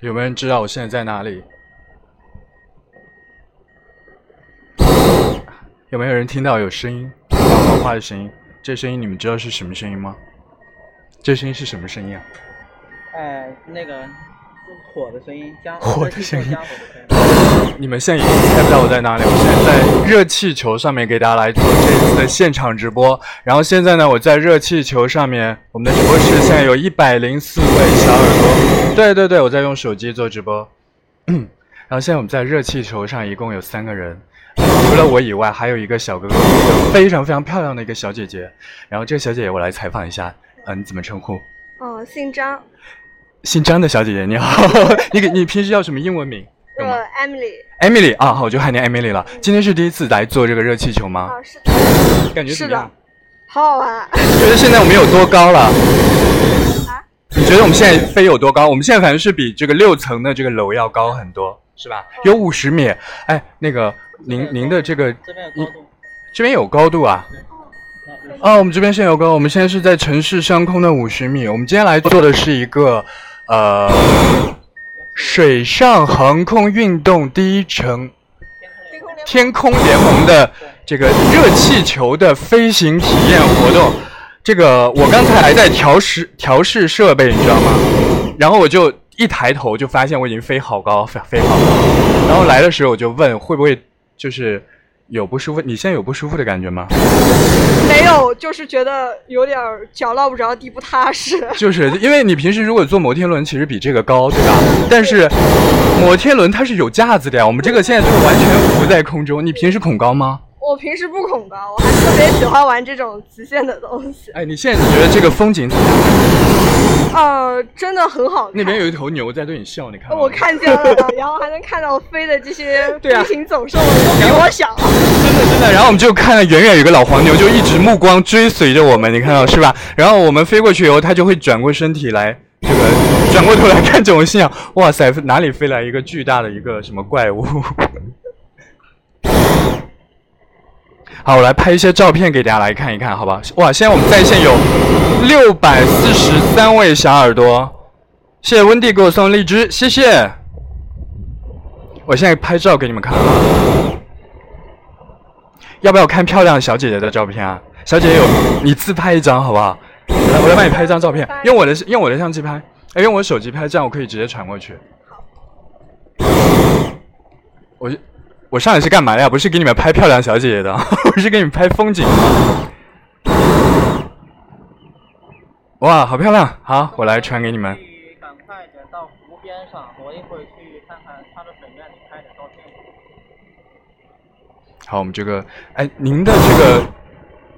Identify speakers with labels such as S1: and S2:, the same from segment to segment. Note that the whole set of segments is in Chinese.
S1: 有没有人知道我现在在哪里？有没有人听到有声音？画画的声音？这声音你们知道是什么声音吗？这声音是什么声音啊？
S2: 哎，那个火的声音，加
S1: 火的声音
S2: 加火的声音
S1: 你们现在已经猜不到我在哪里，我现在在热气球上面给大家来做这次的现场直播。然后现在呢，我在热气球上面，我们的直播室现在有一百零四位小耳朵。对对对，我在用手机做直播。 然后现在我们在热气球上一共有三个人，除了我以外，还有一个小哥哥，一个非常非常漂亮的一个小姐姐。然后这个小姐姐我来采访一下，嗯、你怎么称呼？
S3: 哦，姓张，
S1: 姓张的小姐姐你好， 你给你平时叫什么英文名？
S3: 我
S1: 有吗
S3: Emily，
S1: Emily 啊，好，我就喊你 Emily 了。今天是第一次来做这个热气球吗？
S3: 哦，是的，
S1: 感觉怎么样？
S3: 好好玩 啊，
S1: 觉得现在我们有多高了？你觉得我们现在飞有多高？我们现在反正是比这个六层的这个楼要高很多，是吧？有五十米。哎，那个您您的这个
S2: 这边有高度，
S1: 这边有高度啊？
S2: 那
S1: 啊，我们这边现在有高，我们现在是在城市上空的五十米。我们今天来做的是一个呃水上航空运动第一程
S3: 天空
S1: 天
S3: 联
S1: 空联盟的这个热气球的飞行体验活动。这个我刚才还在调试调试设备，你知道吗？然后我就一抬头就发现我已经飞好高，飞飞好高。然后来的时候我就问会不会就是有不舒服？你现在有不舒服的感觉吗？
S3: 没有，就是觉得有点儿脚落不着地，不踏实。
S1: 就是因为你平时如果坐摩天轮，其实比这个高，对吧？但是摩天轮它是有架子的呀，我们这个现在就完全浮在空中。你平时恐高吗？
S3: 我平时不恐高，我还特别喜欢玩这种极限的东西。
S1: 哎，你现在你觉得这个风景怎么样？
S3: 呃，真的很好看。
S1: 那边有一头牛在对你笑，你看到吗
S3: 我看见了，然后还能看到飞的这些
S1: 对啊
S3: 飞行走兽，都比我小。
S1: 真的真的。然后我们就看到远远有一个老黄牛，就一直目光追随着我们，你看到是吧？然后我们飞过去以后，它就会转过身体来，这个转过头来看着我们，心想：哇塞，哪里飞来一个巨大的一个什么怪物？好，我来拍一些照片给大家来看一看，好吧？哇，现在我们在线有六百四十三位小耳朵，谢谢温蒂给我送荔枝，谢谢。我现在拍照给你们看。啊要不要看漂亮的小姐姐的照片啊？小姐姐有，你自拍一张好不好？来，我来帮你拍一张照片，用我的用我的相机拍，哎，用我手机拍，这样我可以直接传过去。我我上来是干嘛的呀？不是给你们拍漂亮小姐姐的， 我是给你们拍风景的。哇，好漂亮！好，我来传给你们。。
S2: 赶快的到湖边上，我一会儿去看看他的水面里拍的照片。
S1: 好，我们这个，哎，您的这个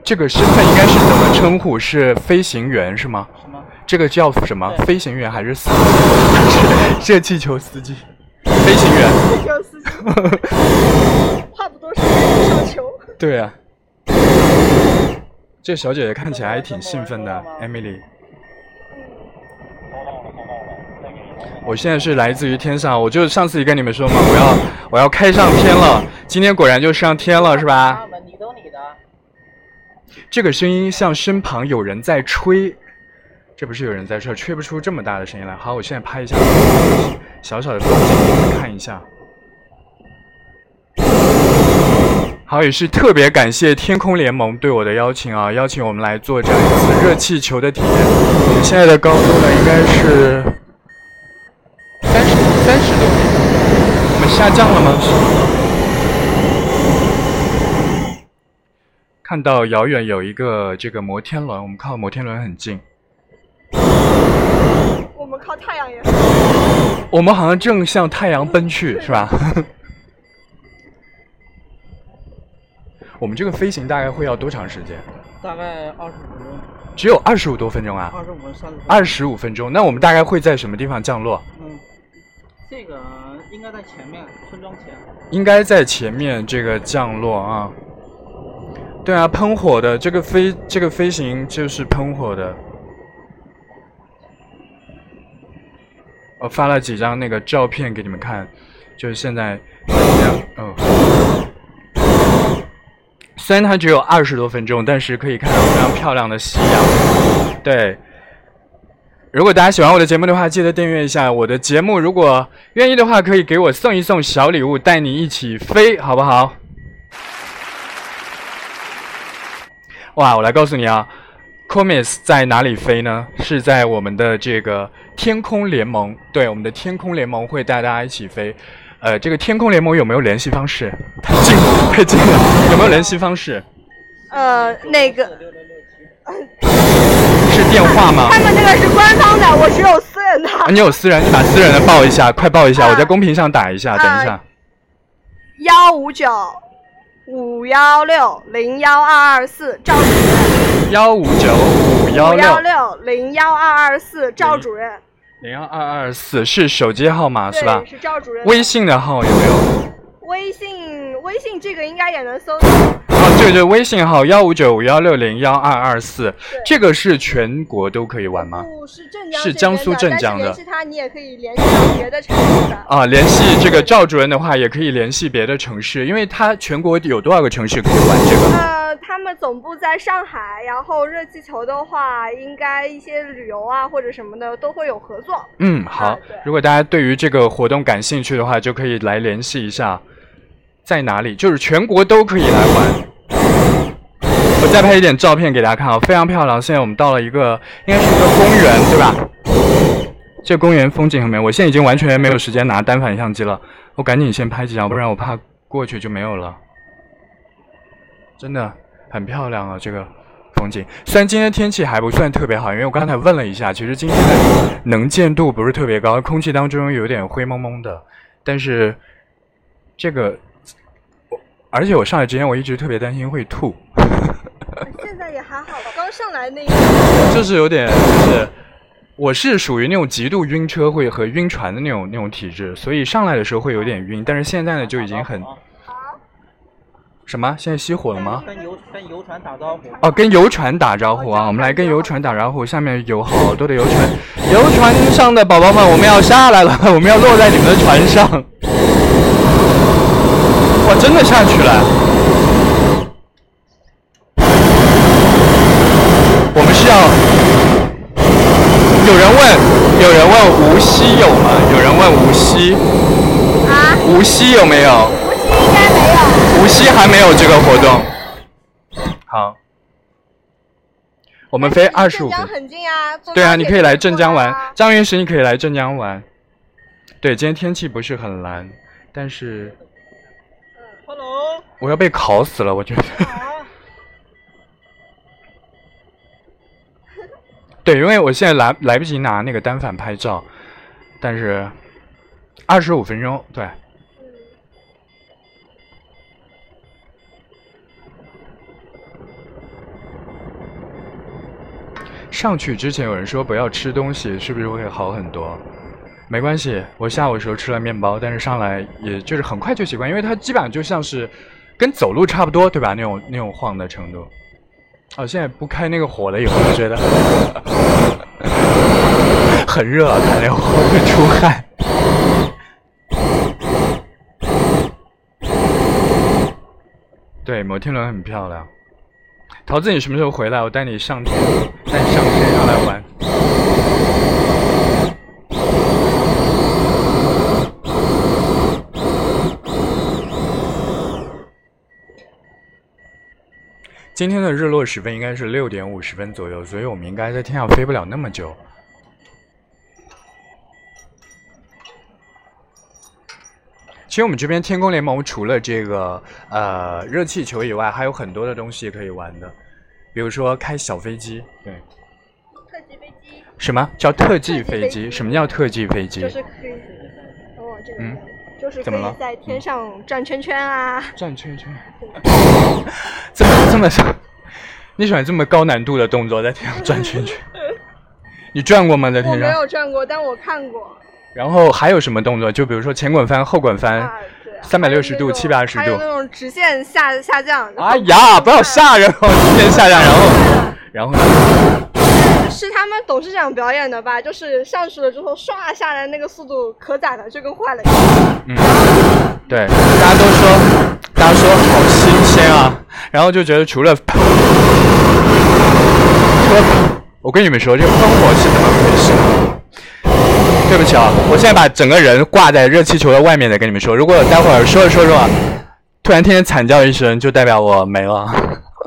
S1: 这个身份应该是怎么称呼？是飞行员是吗？
S2: 什么？
S1: 这个叫什么？
S2: 对
S1: 飞行员还是司机？ 是热气球司机，飞行员。
S3: 这种司机话不多说，赶紧上球。
S1: 对啊，这小姐姐看起来还挺兴奋的，Emily。我现在是来自于天上，我就上次也跟你们说嘛，我要我要开上天了，今天果然就上天了，是吧？
S2: 他们你懂你的，
S1: 这个声音像身旁有人在吹，这不是有人在吹，吹不出这么大的声音来。好，我现在拍一下小小的风景，给你们看一下。好，也是特别感谢天空联盟对我的邀请啊，邀请我们来做这样一次热气球的体验。我们现在的高度呢，应该是三十三十多米。我们下降了吗？是看到遥远有一个这个摩天轮，我们靠摩天轮很近。
S3: 我们靠太阳也
S1: 我们好像正向太阳奔去，是吧？我们这个飞行大概会要多长时间？
S2: 大概二十五分钟，
S1: 只有二十五多分钟啊，
S2: 二十五分三十分钟。
S1: 二十五分钟。那我们大概会在什么地方降落？
S2: 嗯，这个应该在前面，村庄前。
S1: 应该在前面这个降落啊。对啊，喷火的这个飞这个飞行就是喷火的。我发了几张那个照片给你们看，就是现在这样哦。虽然它只有二十多分钟，但是可以看到非常漂亮的夕阳。对，如果大家喜欢我的节目的话，记得订阅一下我的节目。如果愿意的话，可以给我送一送小礼物，带你一起飞，好不好？哇，我来告诉你啊 c o m i s 在哪里飞呢？是在我们的这个天空联盟，对，我们的天空联盟会带大家一起飞。呃，这个天空联盟有没有联系方式？ 太近了，太近了，有没有联系方式？
S3: 呃，那个
S2: 六六六七，
S1: 是电话吗？
S3: 他们那个是官方的，我只有私人的。
S1: 啊，你有私人，你把私人的报一下，快报一下，
S3: 啊
S1: 我在公屏上打一下，等一下
S3: 啊。幺五九五幺六零幺二二四赵主任，
S1: 幺五九五幺
S3: 五
S1: 六
S3: 幺
S1: 嗯
S3: 六零幺二二四赵主任，
S1: 零幺二二四是手机号码啊是吧
S3: 对，？是赵主任的。
S1: 微信的号有没有？
S3: 微信微信这个应该也能搜到，
S1: 哦，对对，微信号幺五九五幺六零幺二二四，这个是全国都可以玩吗？
S3: 不哦是镇江
S1: 是
S3: 这边
S1: 江苏镇江的
S3: 的，但是联系他你也可以联系到别的城市的。
S1: 啊，联系这个赵主任的话，也可以联系别的城市，因为他全国有多少个城市可以玩这个？
S3: 呃，他们总部在上海，然后热气球的话，应该一些旅游啊或者什么的都会有合作。
S1: 嗯，好
S3: 啊对。
S1: 如果大家对于这个活动感兴趣的话，就可以来联系一下，在哪里？就是全国都可以来玩。我再拍一点照片给大家看啊、非常漂亮。现在我们到了一个，应该是一个公园，对吧？这公园风景很美。我现在已经完全没有时间拿单反相机了，我赶紧先拍几张，不然我怕过去就没有了。真的很漂亮啊，这个风景。虽然今天天气还不算特别好，因为我刚才问了一下，其实今天的能见度不是特别高，空气当中有点灰蒙蒙的。但是这个，我而且我上来之前我一直特别担心会吐，
S3: 现在也还好吧，刚上来那一
S1: 就是有点就是。我是属于那种极度晕车会和晕船的那种那种体质，所以上来的时候会有点晕，但是现在呢就已经很
S2: 打招呼啊啊
S1: 什么？现在熄火了吗？
S2: 跟游跟游船打招呼。
S1: 哦，跟游船打招呼啊！我们来跟游船打招呼，下面有好多的游船，游船上的宝宝们，我们要下来了，我们要落在你们的船上。哇，真的下去了！我们是要……有人问，有人问无锡有吗？有人问无锡，
S3: 啊，
S1: 无锡有没有？
S3: 无锡应该没
S1: 无锡还没
S3: 有。
S1: 有这个活动。好，我
S3: 我
S1: 们飞二十五
S3: 镇江
S1: 分。
S3: 很近啊，坐
S1: 对啊，
S3: 高
S1: 你
S3: 铁
S1: 可以来
S3: 就
S1: 镇
S3: 过
S1: 江玩
S3: 啊。
S1: 张云石，你可以来镇江玩。对，今天天气不是很蓝，但是
S2: Hello，
S1: 我要被烤死了，我觉得。
S2: 啊，
S1: 对，因为我现在来来不及拿那个单反拍照，但是二十五分钟，对，上去之前有人说不要吃东西，是不是会好很多？没关系，我下午的时候吃了面包，但是上来也就是很快就习惯，因为它基本上就像是跟走路差不多，对吧？那种那种晃的程度。哦，现在不开那个火了以后，就觉得 很热，啊，开那个火会出汗。对，摩天轮很漂亮。桃子，你什么时候回来？我带你上天，带你上天上来玩。今天的日落时分应该是六点五十分左右，所以我们应该在天上飞不了那么久。其实我们这边天空联盟除了这个呃热气球以外，还有很多的东西可以玩的，比如说开小飞机，对，
S3: 特级飞机
S1: 什么叫特技
S3: 特技
S1: 飞
S3: 飞
S1: 机？
S3: 机
S1: 什么叫特技飞机？
S3: 就是可以，哦，这个
S1: 嗯
S3: 就是
S1: 怎
S3: 可
S1: 么了嗯
S3: 以在天上转圈圈啊。
S1: 转圈圈， 这么这么，你喜欢这么高难度的动作在天上转圈圈？你转啊过吗？在
S3: 我
S1: 天
S3: 没
S1: 上？
S3: 有转过，但我看过
S1: 然后还有什么动作？就比如说前滚翻、后滚翻，
S3: 啊，对啊，
S1: 360度720度
S3: 还有那种还有那种直线下下降。啊
S1: 哎呀，不要吓人哦！你先吓人，然后，然后呢？
S3: 是他们董事长表演的吧？就是上去了之后唰下来，那个速度可攒了，就跟坏了一样。
S1: 嗯，对，大家都说，大家说好新鲜啊，然后就觉得除了，除了我跟你们说，这个烽火是怎么回事？啊对不起啊，我现在把整个人挂在热气球的外面的跟你们说，如果待会儿说着说着啊突然听见惨叫一声，就代表我没了。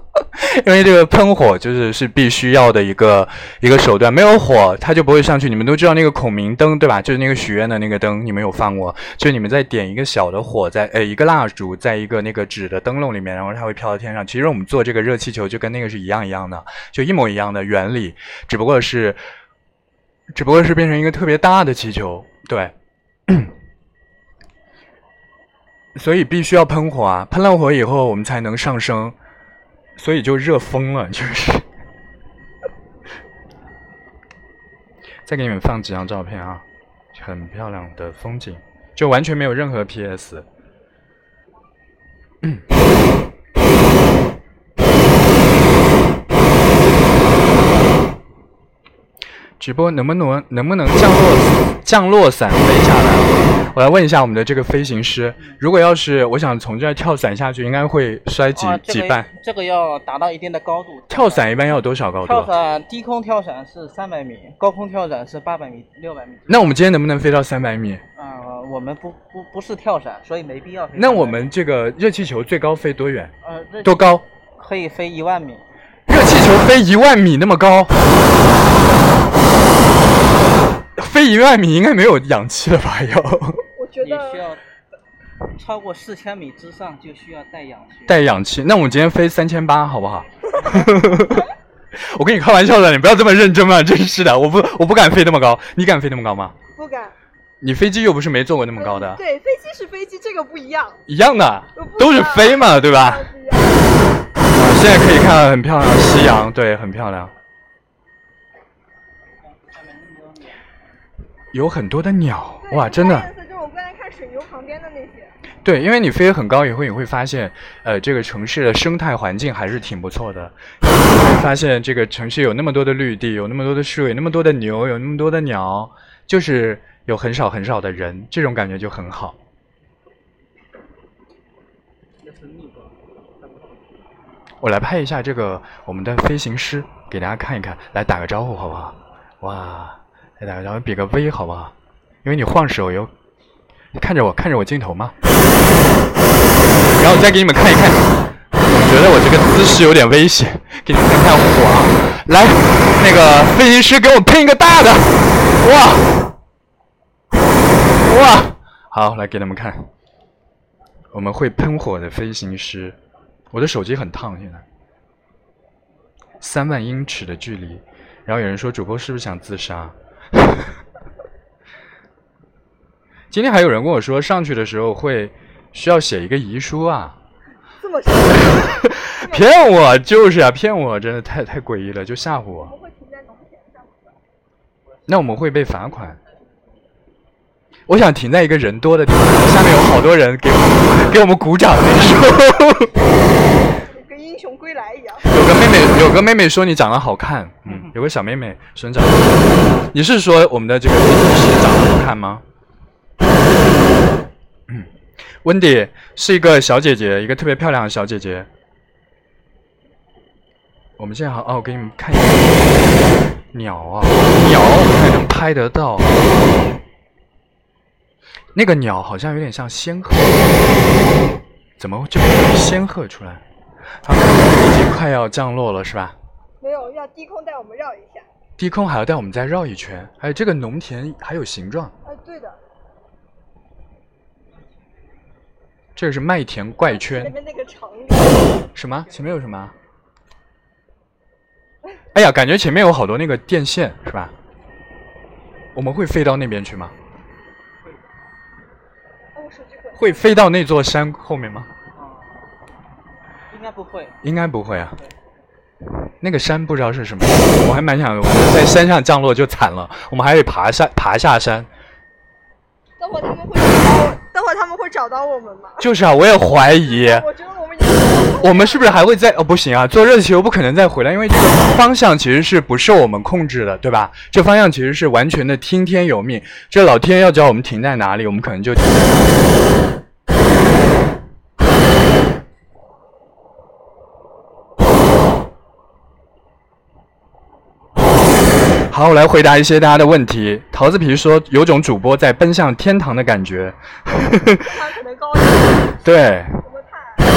S1: 因为这个喷火就是是必须要的一个一个手段，没有火它就不会上去。你们都知道那个孔明灯对吧？就是那个许愿的那个灯，你们有放过？就是你们在点一个小的火在，呃一个蜡烛在一个那个纸的灯笼里面，然后它会飘到天上。其实我们做这个热气球就跟那个是一样一样的，就一模一样的原理，只不过是只不过是变成一个特别大的气球，对。 所以必须要喷火啊！喷了火以后，我们才能上升。所以就热疯了，就是。 再给你们放几张照片啊，很漂亮的风景，就完全没有任何 PS。直播能不能能不能降落降落伞飞下来？啊我来问一下我们的这个飞行师，如果要是我想从这儿跳伞下去，应该会摔 几、
S2: 啊，
S1: 几
S2: 这
S1: 半
S2: 个？这个要达到一定的高度。
S1: 跳伞一般要有多少高
S2: 跳
S1: 度？啊
S2: 伞，低空跳伞是三百米，高空跳伞是八百米、六百米。
S1: 那我们今天能不能飞到三百米？
S2: 啊、我们不不不是跳伞，所以没必要飞300米。
S1: 那我们这个热气球最高飞多远？
S2: 呃，这
S1: 多高？
S2: 可以飞一万米，
S1: 热气球飞一万米那么高？飞一万米应该没有氧气了吧？ 要
S3: 我觉
S2: 你
S3: 得
S2: 需要超过四千米之上就需要带氧气。
S1: 带氧气。那我们今天飞三千八好不好？ 我跟你开玩笑的，你不要这么认真嘛！真是的，我不我不敢飞那么高，你敢飞那么高吗？
S3: 不敢。嗯
S1: 你飞机又不是没坐过那么高的，
S3: 对，飞机是飞机，这个不一样。
S1: 一样的
S3: 我不，
S1: 都
S3: 知
S1: 是
S3: 道
S1: 飞嘛，对吧？
S3: 不一样。
S1: 现在可以看到很漂亮夕阳，对，很漂亮。有很多的鸟，
S3: 对
S1: 哇，真的。
S3: 看颜色就是我过来看水牛旁边的那些。
S1: 对，因为你飞得很高以后，你会发现，呃，这个城市的生态环境还是挺不错的。你会发现这个城市有那么多的绿地，有那么多的树，有那么多的牛，有那么多的鸟，就是有很少很少的人，这种感觉就很好。我来拍一下这个我们的飞行师，给大家看一看，来打个招呼好不好？哇，来打个招呼，比个 V 好不好？因为你晃手有，看着我，看着我镜头嘛。然后我再给你们看一看，我觉得我这个姿势有点危险，给你们看看火啊！来，那个飞行师给我喷一个大的，哇哇！好，来给你们看，我们会喷火的飞行师。我的手机很烫，现在三万英尺的距离。然后有人说主播是不是想自杀？今天还有人跟我说，上去的时候会需要写一个遗书啊，
S3: 这么 深，
S1: 骗我就是啊，骗我，真的太太诡异了，就吓唬
S3: 我
S1: 我。
S3: 们会停在农田上。
S1: 那我们会被罚款。我想停在一个人多的地方，下面有好多人给我们给我们鼓掌那时候。
S3: 跟英雄归来一样。
S1: 有个妹妹，有个妹妹说你长得好看，嗯，有个小妹妹说你长得好看，你是说我们的这个设计师长得好看吗？嗯，温迪是一个小姐姐，一个特别漂亮的小姐姐。我们现在好哦，我给你们看一下鸟啊，鸟才能拍得到。那个鸟好像有点像仙鹤，怎么就仙鹤出来？好，已经快要降落了，是吧？
S3: 没有，要低空带我们绕一下。
S1: 低空还要带我们再绕一圈，还有这个农田还有形状，
S3: 呃，对的。
S1: 这个是麦田怪
S3: 那
S1: 圈。
S3: 边那个场里，哦
S1: 什么？前面有什么？啊哎呀，感觉前面有好多那个电线，是吧？我们会飞到那边去吗？
S3: 哦，我手机滚。
S1: 会飞到那座山后面吗？
S2: 啊、应该不会。
S1: 应该不会啊。那个山不知道是什么，我还蛮想我们在山上降落就惨了，我们还得爬山爬下山。
S3: 等会他们会找到我，等会他们会找到我们吗？
S1: 就是啊，我也怀疑。
S3: 我觉得我们已经
S1: 我们是不是还会再？哦，不行啊，坐热气球不可能再回来，因为这个方向其实是不受我们控制的，对吧？这方向其实是完全的听天由命，这老天要叫我们停在哪里，我们可能就。好，我来回答一些大家的问题。桃子皮说，有种主播在奔向天堂的感觉。
S3: 他可能高一点，
S1: 对，
S3: 我们看。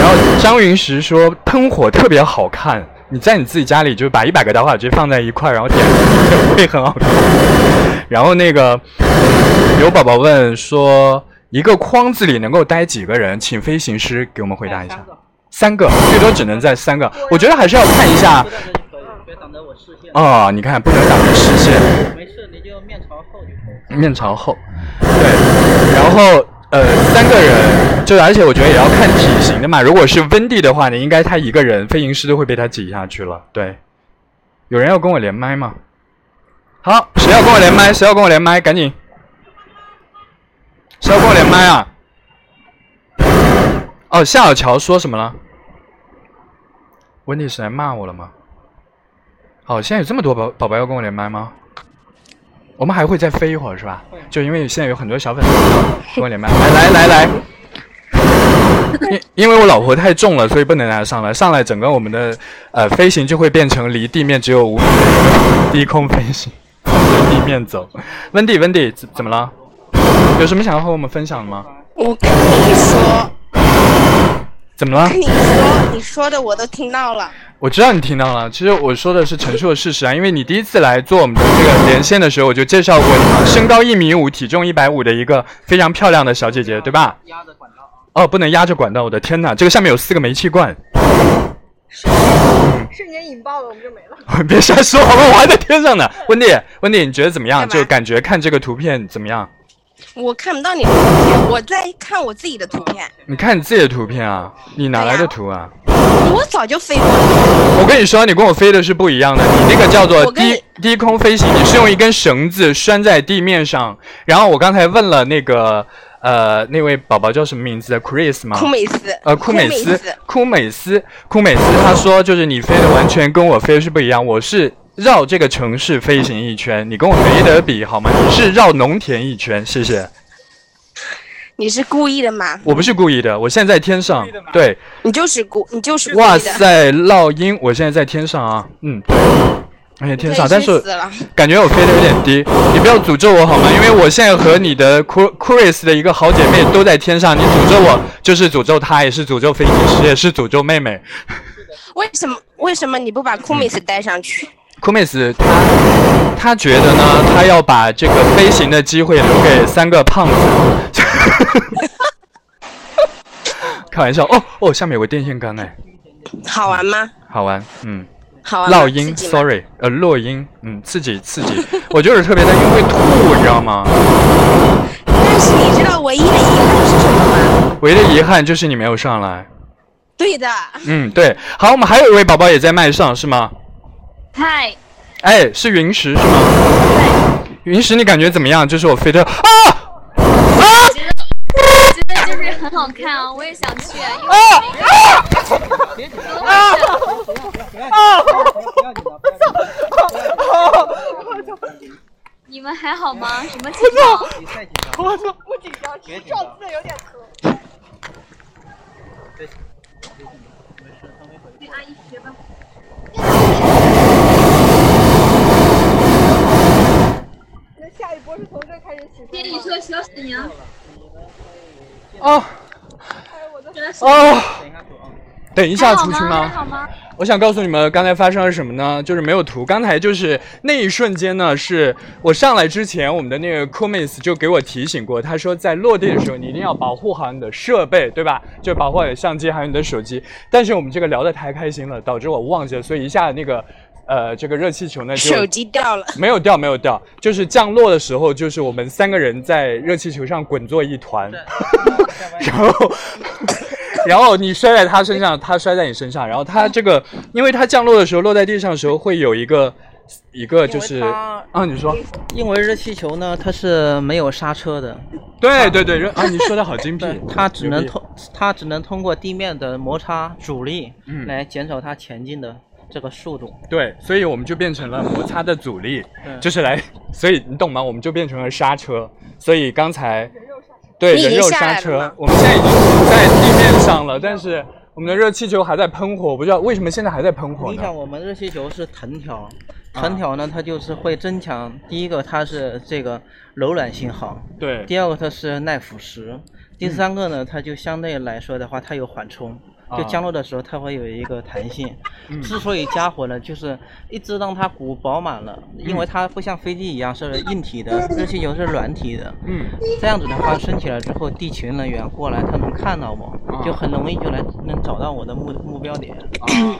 S1: 然后张云石说喷火特别好看，你在你自己家里就把一百个打火机放在一块，然后点着会很好看。然后那个有宝宝问说，一个筐子里能够待几个人？请飞行师给我们回答一下
S2: 三。个
S1: 哎三个，最多只能在三个。我觉得还是要看一下
S2: 别挡着可以，别挡着我视线。
S1: 啊、你看不能挡着视线。
S2: 没事，你就面朝后就可以。
S1: 面朝后，对，然后呃三个人，就而且我觉得也要看体型的嘛。如果是温蒂的话呢，应该他一个人飞行师都会被他挤下去了。对，有人要跟我连麦吗？好，谁要跟我连麦？谁要跟我连麦？赶紧！谁要跟我连麦啊？哦，夏小乔说什么了？温蒂是来骂我了吗？好，现在有这么多宝宝宝要跟我连麦吗？我们还会再飞一会儿是吧
S2: 会？
S1: 就因为现在有很多小粉丝跟我连麦，来来来来，因因为我老婆太重了，所以不能让她上来，上来整个我们的呃飞行就会变成离地面只有五米的低空飞行，随地面走。温蒂温蒂怎怎么了？有什么想要和我们分享的吗？
S4: 我跟你说，
S1: 怎么了？
S4: 跟你说，你说的我都听到了。
S1: 我知道你听到了，其实我说的是陈述的事实啊，因为你第一次来做我们的这个连线的时候，我就介绍过你嘛，身高一米五，体重一百五的一个非常漂亮的小姐姐，对吧？
S2: 压着管道啊，
S1: 哦，不能压着管道，我的天哪，这个下面有四个煤气罐，
S3: 瞬间引爆了，我们就没了。
S1: 别瞎说，好吧，我还在天上呢。温蒂，温蒂，你觉得怎么样？
S4: 干嘛
S1: 就感觉看这个图片怎么样？
S4: 我看不到你的图片，我在看我自己的图片。
S1: 你看你自己的图片啊，你哪来的图啊？
S4: 我早就飞过了，
S1: 我跟你说，你跟我飞的是不一样的。你那个叫做
S4: 我跟
S1: 低
S4: 你
S1: 低空飞行，你是用一根绳子拴在地面上。然后我刚才问了那个呃那位宝宝叫什么名字的 Chris 吗？
S4: 库美斯。
S1: 呃，库美斯
S4: 斯，
S1: 库美斯，库美斯，他说就是你飞的完全跟我飞的是不一样，我是绕这个城市飞行一圈，你跟我没得比好吗？你是绕农田一圈，谢谢。
S4: 你是故意的吗？
S1: 我不是故意的，我现在在天上
S2: 故意的吗，
S1: 对，
S4: 你就是故，你就是故
S1: 哇
S4: 意的。
S1: 塞，烙音，我现在在天上啊，嗯，对，而且
S4: 你可
S1: 天
S4: 以
S1: 上，
S4: 去
S1: 但是
S4: 死了，
S1: 感觉我飞得有点低，你不要诅咒我好吗？因为我现在和你的 Cur- Chris 的一个好姐妹都在天上，你诅咒我就是诅咒她，也是诅咒飞行师，也是诅咒妹妹。
S4: 为什么为什么你不把库美斯带上去？
S1: 库妹子她她觉得呢，她要把这个飞行的机会留给三个胖子。 开玩笑哦哦，下面有个电线杆哎，
S4: 好玩吗？
S1: 好玩，嗯，
S4: 好玩吗。
S1: 烙音
S4: 刺激吗
S1: ，sorry，呃，落音，嗯，刺激刺激，我就是特别担心会吐，你知道吗？
S4: 但是你知道唯一的遗憾是什么吗？
S1: 唯一的遗憾就是你没有上来。
S4: 对的，
S1: 嗯，对，好，我们还有一位宝宝也在麦上是吗？
S5: 嗨，
S1: 哎，是云石是吗？云石，你感觉怎么样？就是我飞的啊啊
S5: 觉得就是很好看啊，我也想去，因为
S2: 别紧张，
S5: 我
S1: 啊
S5: 也是
S3: 啊
S2: 不要紧张，不要紧张， 不要紧张，
S5: 你们还好吗？什么情况？
S2: 你再紧张，
S3: 我操，不紧张，
S2: 别紧
S3: 上
S2: 张
S3: 次有点咳。
S2: 别紧张，别紧张，没事，稍微回过来。
S3: 那下一波是从这开始起飞
S5: 天
S3: 吗
S5: 宇？说小沈阳，
S1: 哦
S3: 哎，我的
S5: 真的是
S1: 哦！
S2: 等一下说啊，
S1: 等一下出去
S5: 还
S1: 吗？
S5: 好吗？
S1: 我想告诉你们刚才发生了什么呢？就是没有图，刚才就是那一瞬间呢，是我上来之前，我们的那个 c o m i s 就给我提醒过，他说在落地的时候你一定要保护好你的设备，对吧？就保护好你的相机还有你的手机。但是我们这个聊得太开心了，导致我忘记了，所以一下那个呃这个热气球呢就
S4: 手机掉了。
S1: 没有掉，没有掉，就是降落的时候，就是我们三个人在热气球上滚作一团，然后，然后你摔在他身上，他摔在你身上，然后他这个，因为他降落的时候落在地上的时候会有一个一个就是
S2: 因为它
S1: 啊，你说，
S2: 因为热气球呢，它是没有刹车的，
S1: 对对对，啊，你说的好精辟
S2: 对，，它只
S1: 牛
S2: 能
S1: 逼
S2: 通，它只能通过地面的摩擦阻力
S1: 嗯
S2: 来减少它前进的这个速度。
S1: 对，所以我们就变成了摩擦的阻力，
S2: 嗯
S1: 就是来，所以你懂吗？我们就变成了刹车，所以刚才对
S4: 你已
S1: 人
S4: 经
S1: 肉
S4: 下
S1: 刹
S4: 来了
S1: 车
S4: 吗，
S1: 我们现在已经在地面上了，但是我们的热气球还在喷火，我不知道为什么现在还在喷火
S2: 你
S1: 呢。啊
S2: 想，我们热气球是藤条，长条呢，它就是会增强。第一个，它是这个柔软性好；
S1: 对，
S2: 第二个，它是耐腐蚀；
S1: 嗯
S2: 第三个呢，它就相对来说的话，它有缓冲。就
S1: 啊
S2: 降落的时候，它会有一个弹性。
S1: 嗯
S2: 之所以加火呢，就是一直让它鼓饱满了，因
S1: 嗯
S2: 为它不像飞机一样是硬体的，热气球是软体的。
S1: 嗯，
S2: 这样子的话，升起来之后，地勤人员过来，他能看到我
S1: 啊，
S2: 就很容易就来能找到我的目目标点，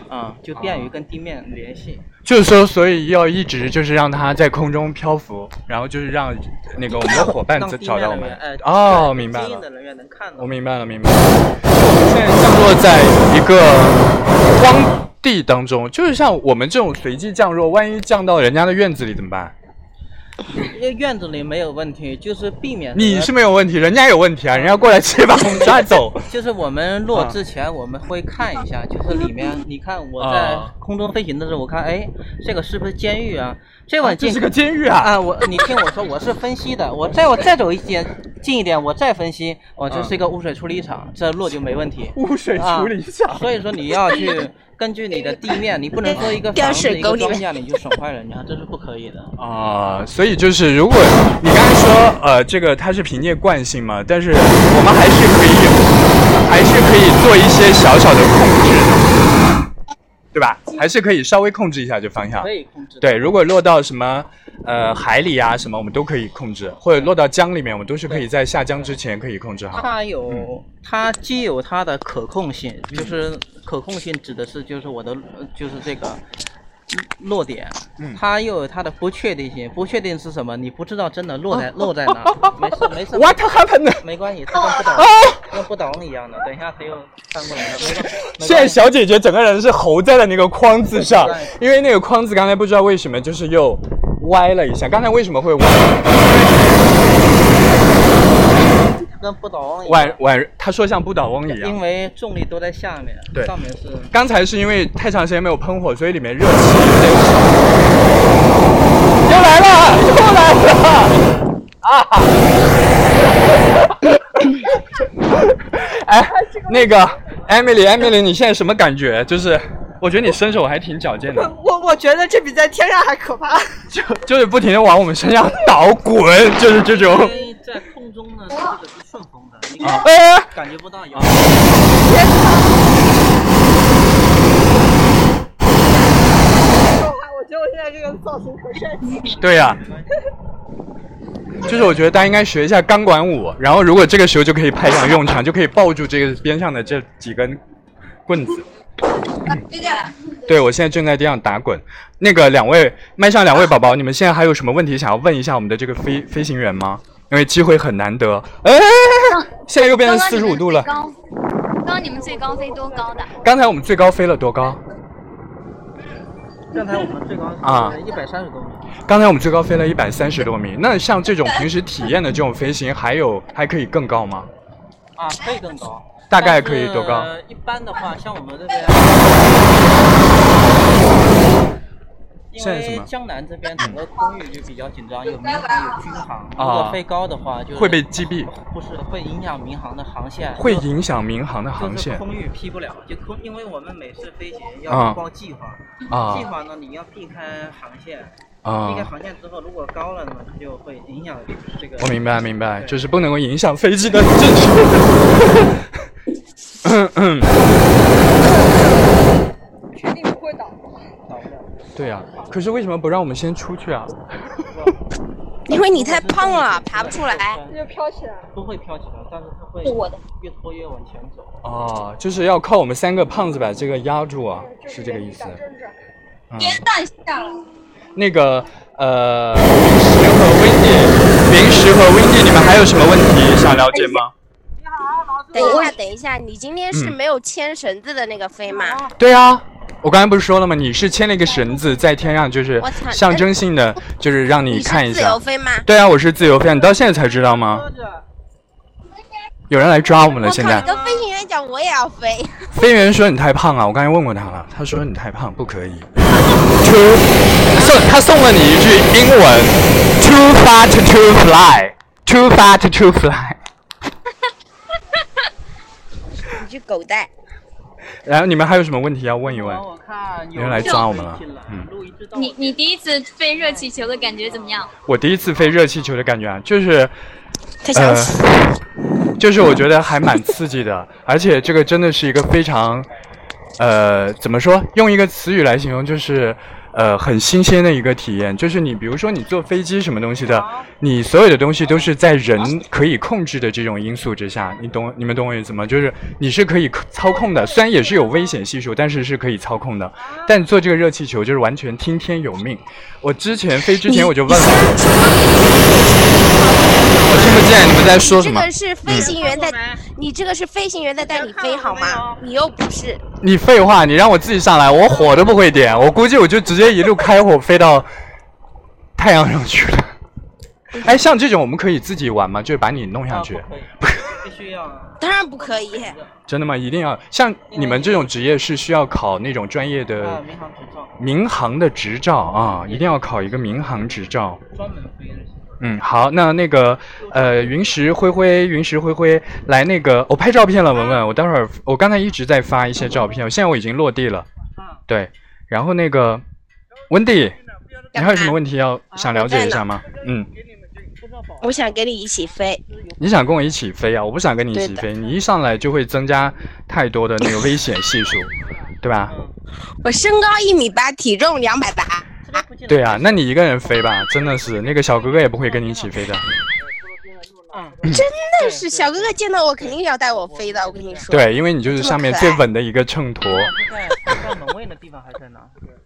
S1: 啊，
S2: 啊，就便于跟地面联系。
S1: 就是说，所以要一直就是让它在空中漂浮，然后就是让那个我们的伙伴
S2: 让
S1: 找
S2: 地
S1: 找
S2: 面
S1: 到我
S2: 人
S1: 们
S2: 员，哎，。
S1: 哦，
S2: 对
S1: 明白
S2: 接应
S1: 了
S2: 的。人员能看到
S1: 我。明白了，明白了。我们现在降落在一个荒地当中，就是像我们这种随机降落，万一降到人家的院子里怎么办？
S2: 因为院子里没有问题，就是避免
S1: 你是没有问题，人家有问题啊！人家过来直接把我们抓 走。
S2: 就是我们落
S1: 嗯
S2: 之前，我们会看一下，就是里面，你看我在
S1: 啊
S2: 空中飞行的时候，我看，哎，这个是不是监狱啊？这碗
S1: 这
S2: 进
S1: 是个监狱啊！
S2: 啊！我你听我说，我是分析的，我再我再走一点近一点，我再分析，哦，这是一个污水处理
S1: 嗯
S2: 厂，这落就没问题。
S1: 污水处理
S2: 啊
S1: 厂。
S2: 所以说你要去根据你的地面，你不能说一个
S4: 掉
S2: 房子
S4: 水
S2: 一
S4: 沟
S2: 个
S4: 里面
S2: 庄稼你就损坏人家，这是不可以的。
S1: 啊、所以就是，如果你刚才说，呃，这个它是凭借惯性嘛，但是我们还是可以，还是可以做一些小小的控制的，对吧？还是可以稍微控制一下这方向
S2: 可。以控制的。
S1: 对，如果落到什么呃海里啊什么，我们都可以控制，或者落到江里面，我们都是可以在下江之前可以控制好。
S2: 它有，
S1: 嗯
S2: 它既有它的可控性，就是可控性指的是就是我的呃就是这个落点
S1: 嗯，
S2: 它又有它的不确定性。不确定是什么？你不知道真的落
S1: 哦
S2: 在落在哪 儿，没事没事，
S1: What happened？
S2: 没关系，它
S1: 哦
S2: 跟不懂跟不懂一样的。等一下谁又翻过来了？没关没
S1: 现在
S2: 关系。
S1: 小姐姐整个人是猴在了那个框子上
S2: 对，
S1: 因为那个框子刚才不知道为什么就是又歪了一下。刚才为什么会歪？
S2: 跟不懂一样
S1: 婉。婉，她说像不倒翁一
S2: 因
S1: 样。
S2: 为重力都在下面，
S1: 对
S2: 上面是
S1: 刚才是因为太长时间没有喷火，所以里面热气有点少。又来了，又来了！ 啊！哎，那个 Emily，Emily，你现在什么感觉？就是我觉得你身手还挺矫健 的。
S3: 我我觉得这比在天上还可怕。
S1: 就就是不停的往我们身上倒滚，就是这种
S2: 因。为在空中呢，这个是顺风的，你
S1: 啊哎，
S2: 感觉不到有。
S3: 我觉得我现在这个造型可帅气。
S1: 对呀、就是我觉得大家应该学一下钢管舞，然后如果这个时候就可以派上用场，就可以抱住这个边上的这几根棍子。嗯对，我现在正在地上打滚。那个两位麦上两位宝宝，你们现在还有什么问题想要问一下我们的这个飞飞行员吗？因为机会很难得。哎，现在又变成四十五度了。
S5: 刚刚你们最高飞多高的？
S1: 刚才我们最高飞了多高？
S2: 刚才我们最高
S1: 啊
S2: 是一百三十多米。
S1: 刚才我们最高飞了一百三十多米，那像这种平时体验的这种飞行，还有还可以更高吗？
S2: 啊，可以更高，
S1: 大概可以多高
S2: 但是一般的话，像我们这边，因
S1: 现在什
S2: 为
S1: 么
S2: 江南这边整个空域就比较紧张，有民航有军航，如
S1: 啊
S2: 果飞高的话，就是
S1: 会被击毙，
S2: 不是会影响民航的航线，
S1: 会
S2: 就
S1: 影响民航的航
S2: 就是
S1: 线
S2: 空域批不了，就空，因为我们每次飞行
S1: 啊
S2: 要报计划，
S1: 啊
S2: 计划呢你要避开航线，避开
S1: 啊！
S2: 航线之后如果高了呢，它就会影响这个。
S1: 我明白明白，
S2: 对
S1: 就是不能够影响飞机的正确。嗯嗯，
S3: 确定不会倒吗？
S2: 导不了。
S1: 对呀、可是为什么不让我们先出去啊？
S4: 因为你太胖了，爬不出来。
S3: 那就飘起来。
S2: 不会飘起来，但是它会越拖越往前走。
S1: 哦，就是要靠我们三个胖子把这个压住啊，
S3: 就是
S1: 这个意思
S3: 搞。政治
S1: 嗯，
S5: 蛋下了。
S1: 那个呃，云石和 Windy，云石和 Windy，你们还有什么问题想了解
S4: 哎
S1: 吗？
S4: 等一下，等一下，你今天是
S1: 嗯
S4: 没有牵绳子的那个飞吗？
S1: 对啊，我刚才不是说了吗？你是牵了一个绳子在天上，就是
S4: 我操
S1: 象征性的，就是让你
S4: 是
S1: 看一
S4: 自由
S1: 下。
S4: 飞吗？
S1: 对啊，我是自由飞，你到现在才知道吗？有人来抓我们了，
S4: 我
S1: 现
S4: 靠！你
S1: 在。
S4: 跟飞行员讲，我也要飞。
S1: 飞员说你太胖啊了，我刚才问过他了，他说你太胖，不可以。Too，送他送了你一句英文，Too fat to fly，Too fat to fly。
S4: 你去狗带。
S1: 然后你们还有什么问题要问一问？
S2: 我看
S1: 有
S2: 有
S1: 人来抓我们了嗯
S2: 录一支到
S5: 你你第一次飞热气球的感觉怎么样？
S1: 我第一次飞热气球的感觉啊，就是
S4: 他
S1: 呃
S4: 想死。
S1: 就是我觉得还蛮刺激的， 而且这个真的是一个非常，呃，怎么说？用一个词语来形容，就是呃，很新鲜的一个体验。就是你比如说你坐飞机什么东西的，
S4: 哦
S1: 你所有的东西都是在人可以控制的这种因素之下，你懂你们懂我意思吗？就是你是可以操控的，虽然也是有危险系数，但是是可以操控
S4: 啊
S1: 的。但做这个热气球就是完全听天由命。我之前飞之前我就问了，我听不见你们在说什
S4: 这
S1: 么。
S4: 个是飞行员在
S2: 嗯，
S4: 你这个是飞行员在带你飞好吗？你又不是，
S1: 你废话，你让我自己上来，我火都不会点，我估计我就直接一路开火飞到太阳上去了。哎，像这种我们可以自己玩吗？就是把你弄上去，
S2: 啊 可以，必须要。
S4: 当然不可以。
S1: 真的吗？一定要像你们这种职业是需要考那种专业
S2: 啊，
S1: 的
S2: 民航执照
S1: 民航的执照啊，一定要考一个民航执照。
S2: 专门飞热气球。
S1: 嗯，好，那那个呃，云石灰灰，云石灰灰来那个，我、拍照片了，文文，我待会儿我刚才一直在发一些照片，现在我已经落地了，对，然后那个温迪，你还有什么问题要想了解一下吗？嗯，
S4: 我想跟你一起飞，
S1: 你想跟我一起飞啊？我不想跟你一起飞，你一上来就会增加太多的那个危险系数，对吧？
S4: 我身高一米八，体重两百八。
S1: 对啊，那你一个人飞吧，真的是那个小哥哥也不会跟你一起飞的。
S2: 嗯，
S4: 但是小哥哥见到我肯定要带我飞的，我跟你说。
S1: 对，因为你就是上面最稳的一个秤砣。
S2: 是在是在门卫那地方还是在哪？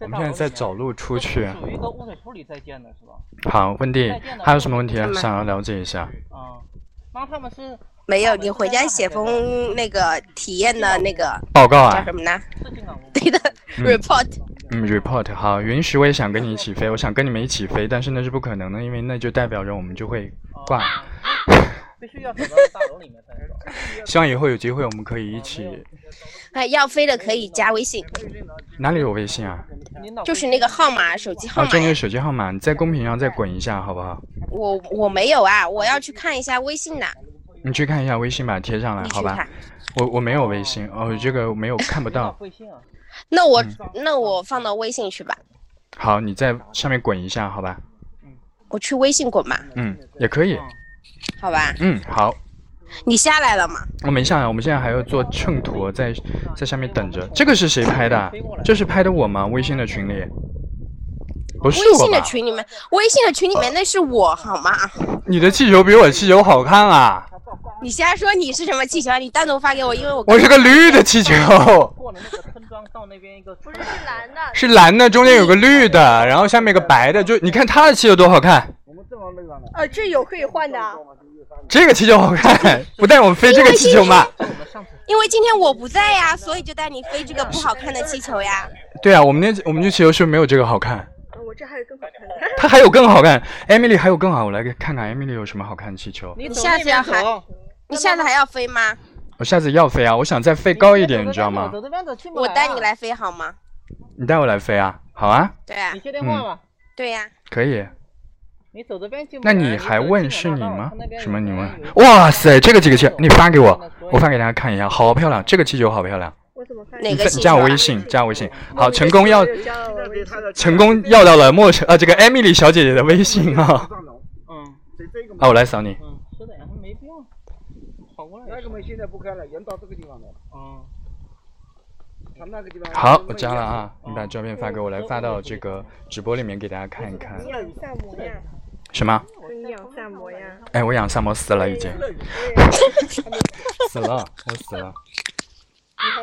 S1: 我们现在在找路出去。
S2: 属于一个污水处理在建的是吧？
S1: 好，温蒂
S2: 再见了
S1: 还有什么问题啊
S4: 嗯
S1: 想要了解一下？
S2: 啊，那他们是
S4: 没有，你回家写封那个体验的那个
S1: 报告
S4: 叫
S1: 啊
S4: 什，么呢？
S2: 是进港务。
S4: 对的
S1: 嗯
S4: ，report。
S1: 嗯，report 好，云石我也想跟你一起飞，我想跟你们一起飞，但是那是不可能的，因为那就代表着我们就会挂。
S2: 哦必须要走到大楼里面才能走。
S1: 希望以后有机会我们可 以一起。
S4: 哎，要飞的可以加微信，
S1: 哪里有微信啊？
S2: 领导
S4: 就是那个号码，手机号
S1: 啊，
S4: 码
S1: 就那
S4: 呀。
S1: 个手机号码，你在公屏上再滚一下好不好？
S4: 我我没有啊，我要去看一下微信的。
S1: 你去看一下微信吧，贴上来
S4: 你
S1: 啊好
S4: 去
S1: 吧
S4: 看？。
S1: 我我没有微信哦，这个没有看不 到。
S2: 贵姓啊？
S4: 那我
S1: 嗯
S4: 那我放到微信去吧，
S1: 好，你在上面滚一下好吧？
S4: 我去微信滚吧，
S1: 嗯，也可以。
S4: 好吧？
S1: 嗯，好，
S4: 你下来了吗？
S1: 我没下来，我们现在还要做秤砣，在在下面等着。这个是谁拍的啊？这是拍的我吗？微信的群里？不是
S4: 微
S1: 我
S4: 信的
S1: 吧？
S4: 群里面，微信的群里面那是我好吗？
S1: 你的气球比我气球好看啊！
S4: 你瞎说，你是什么气球？啊你单独发给我，因为我
S1: 我是个绿的气球，
S2: 过了那个村庄到那边一个
S3: 不是是蓝的，
S1: 是蓝的，中间有个绿的，然后下面有个白的。就你看他的气球多好看，
S3: 呃，这有可以换的啊。
S1: 这个气球好看，不带我们飞这个气球吗？
S4: 因为今天我不在呀，所以就带你飞这个不好看的气球呀。
S1: 对啊，我们那我们那气球是不是没有这个好看，
S3: 呃我这还有更好看的。
S1: 它还有更好看。Emily 还有更好，我来看看 Emily 有什么好看的气球。
S2: 你
S4: 下次要喊你下次还要飞吗？
S1: 我下次要飞啊，我想再飞高一点，你知道吗？？
S4: 我带
S2: 啊
S4: 你。来飞好吗？
S1: 你带我来飞啊，好啊，
S4: 对啊
S2: 你，接电话吧。
S4: 对呀、
S1: 可以。
S2: 你走这边 进
S1: 嗯
S2: 不
S1: 那
S2: 来。
S1: 你还问
S2: 走
S1: 是
S2: 进
S1: 你
S2: 了大道
S1: 吗
S2: 看那？边
S1: 什么
S2: 有
S1: 你
S2: 个
S1: 问
S2: 人有一？个
S1: 哇塞，这个气球你发给我，我发给大家看一下，好漂亮，这个气球好漂亮。
S3: 我怎么看？
S4: 哪
S1: 你
S4: 个
S1: 再
S4: 气
S1: 加
S4: 球
S1: 我
S4: 啊
S1: 微信，加我微信。
S2: 嗯
S1: 好，成功要
S3: 有加了我微信
S1: 成功要到了陌生呃这个 Emily 小姐姐的微信啊、
S2: 嗯
S1: 啊，我来扫你。
S2: 嗯，是的，没必要。跑过来。
S6: 那个门现在不开了，人到这个地方来了，
S2: 嗯，
S6: 他那个地方。
S1: 好，我加了。啊，你把照片发给我，来发到这个直播里面给大家看一看。
S3: 萨摩呀，
S1: 什么？
S3: 你养萨摩呀？
S1: 哎，我养萨摩死了已经， 死了，我死了。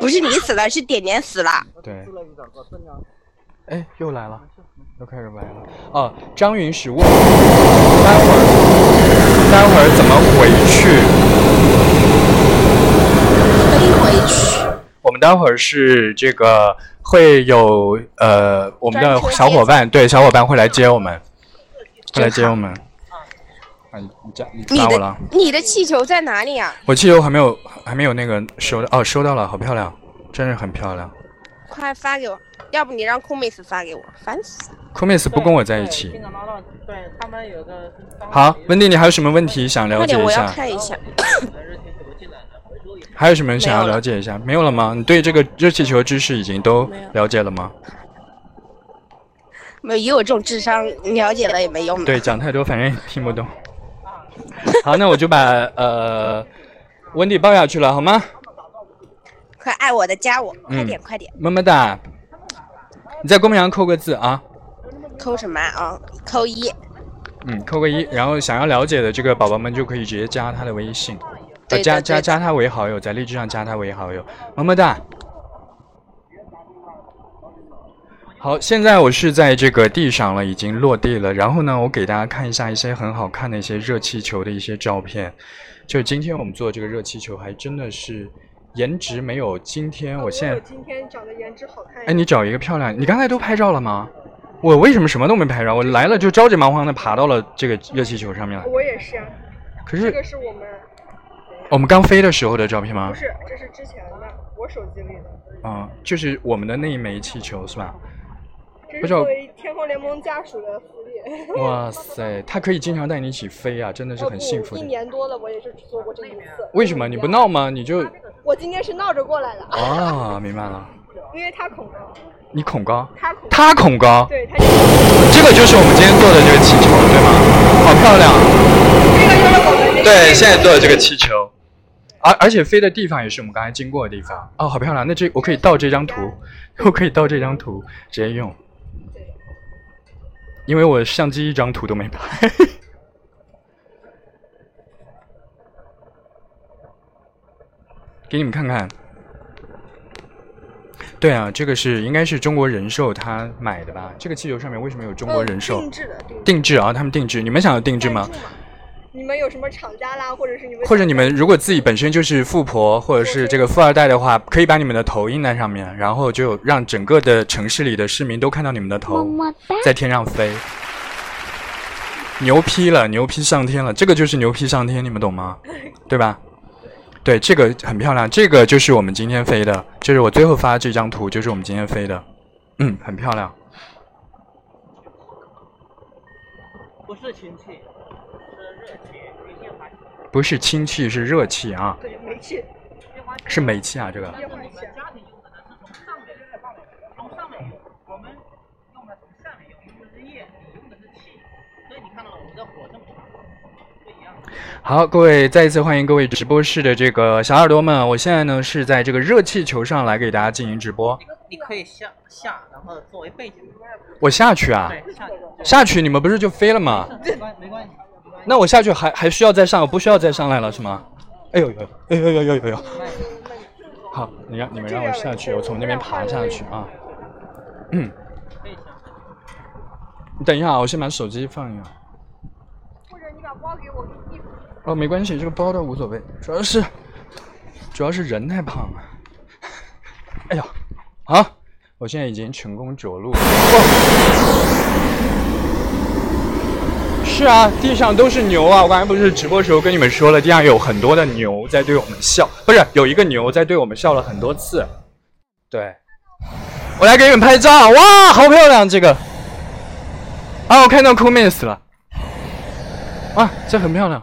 S4: 不是你死了，是点点死了。
S1: 对，哎，又来了，又开始玩了。哦，张云石问，待会儿，待会儿怎么回去？
S4: 飞回去，
S1: 我们待会儿是这个会有呃，我们的小伙伴对小伙伴会来接我
S4: 嗯
S1: 们，会来接我们。啊，你你加你
S4: 你
S1: 加我了
S4: 的，你的气球在哪里啊？
S1: 我气球还没有还没有那个收到哦，收到了，好漂亮，真是很漂亮。
S4: 快发给我，要不你让酷妹子发给我，烦死了。
S1: 酷妹斯不跟我在一
S2: 对
S1: 起
S2: 进。了拉到，对他们有个。
S1: 好，温蒂，你还有什么问题想了
S4: 快
S1: 解
S4: 点，
S1: 一
S4: 我要
S1: 下？
S4: 看一下。
S2: 热气球进来了，回头也
S1: 还有什么想要了解一下？没有了吗？你对这个热气球知识已经都
S4: 没有
S1: 了解了吗？
S4: 没有，以我这种智商，了解了也没用的。
S1: 对，讲太多反正也听不懂。好，那我就把呃温蒂抱下去了，好吗？
S4: 快爱我的加我，快
S1: 嗯
S4: 点快点，
S1: 么么哒。你在公屏上扣个字啊，
S4: 扣什么啊？啊扣一。
S1: 嗯，扣个一，然后想要了解的这个宝宝们就可以直接加他的微信，呃
S4: 对的
S1: 加
S4: 对
S1: 加
S4: 的
S1: 加他为好友，在荔枝上加他为好友，么么哒。好，现在我是在这个地上了，已经落地了。然后呢，我给大家看一下一些很好看的一些热气球的一些照片。就今天我们做这个热气球，还真的是颜值没有今天我现在
S3: 今天长得颜值好看一点。
S1: 哎，你找一个漂亮，你刚才都拍照了吗？我为什么什么都没拍着？我来了就着急忙慌的爬到了这个热气球上面来。
S3: 我也是啊，
S1: 可
S3: 这
S1: 是啊
S3: 个是我们
S1: 我们刚飞的时候的照片吗
S3: 不？是，这是之前的我手机里的，
S1: 啊、就是我们的那一枚气球是吧？
S3: 这
S1: 不
S3: 是
S1: 是我
S3: 作为天空联盟家属的福利。
S1: 哇塞，它可以经常带你一起飞啊，真的是
S3: 哦
S1: 很幸福
S3: 不，
S1: 的
S3: 一。年多了，我也是只做过这一次。
S1: 为什么你不？闹吗？你 就
S3: 我今天是闹着过来的，
S1: 啊，明白了，
S3: 因为他恐高，
S1: 你恐高，
S3: 他恐高，
S1: 他恐高，
S3: 对他就是
S1: 这个就是我们今天做的这个气球，对吗？好漂亮。对，现在做的这个气球，而而且飞的地方也是我们刚才经过的地方。哦，好漂亮！那这我可以盗这张图， 我可以盗这张图直接用，因为我相机一张图都没拍。 给你们看看，对啊，这个是应该是中国人寿他买的吧？这个气球上面为什么有中国人寿？
S3: 嗯定制的，定制的
S1: 定制啊，他们定制，你们想要定制吗
S3: 赞？助嘛你们有什么厂家啦，或者是你们
S1: 或者你们如果自己本身就是富婆或者是这个富二代的话，可以把你们的头印在上面，然后就让整个的城市里的市民都看到你们的头在天上飞。牛批了，牛批上天了，这个就是牛批上天，你们懂吗？对吧？对，这个很漂亮，这个就是我们今天飞的，就是我最后发的这张图，就是我们今天飞的，嗯，很漂亮。
S2: 不是亲戚，是热情，毕竟还是
S1: 不是氢气，是热气啊，
S3: 对煤气
S1: 是煤气啊，这个。
S3: 液化气，
S2: 家庭用的呢是从上面从上面用，我们用的从下面用，用的是液，你用的是气，所以你看到了我们的火这么长，不一样。
S1: 好，各位，再一次欢迎各位直播室的这个小耳朵们，我现在呢是在这个热气球上来给大家进行直播。
S2: 你可以下下，然后作为背景。
S1: 我下去啊，
S2: 对，下
S1: 下去你们不是就飞了吗？
S2: 没关没关系，没关系。
S1: 那我下去还还需要再上，我不需要再上来了是吗？哎呦呦，哎呦呦呦呦呦！好，你让你们让我下去，我从那边爬下去啊。嗯，
S2: 可以下。
S1: 你等一下啊，我先把手机放一下。
S3: 或者你把包给我，一
S1: 哦，没关系，这个包倒无所谓，主要是主要是人太胖了。哎呀，好，我现在已经成功着陆了。是啊，地上都是牛啊！我刚才不是直播时候跟你们说了，地上有很多的牛在对我们笑，不是有一个牛在对我们笑了很多次。对，我来给你们拍照，哇，好漂亮这个！啊，我看到 cool miss 了，啊，这很漂亮。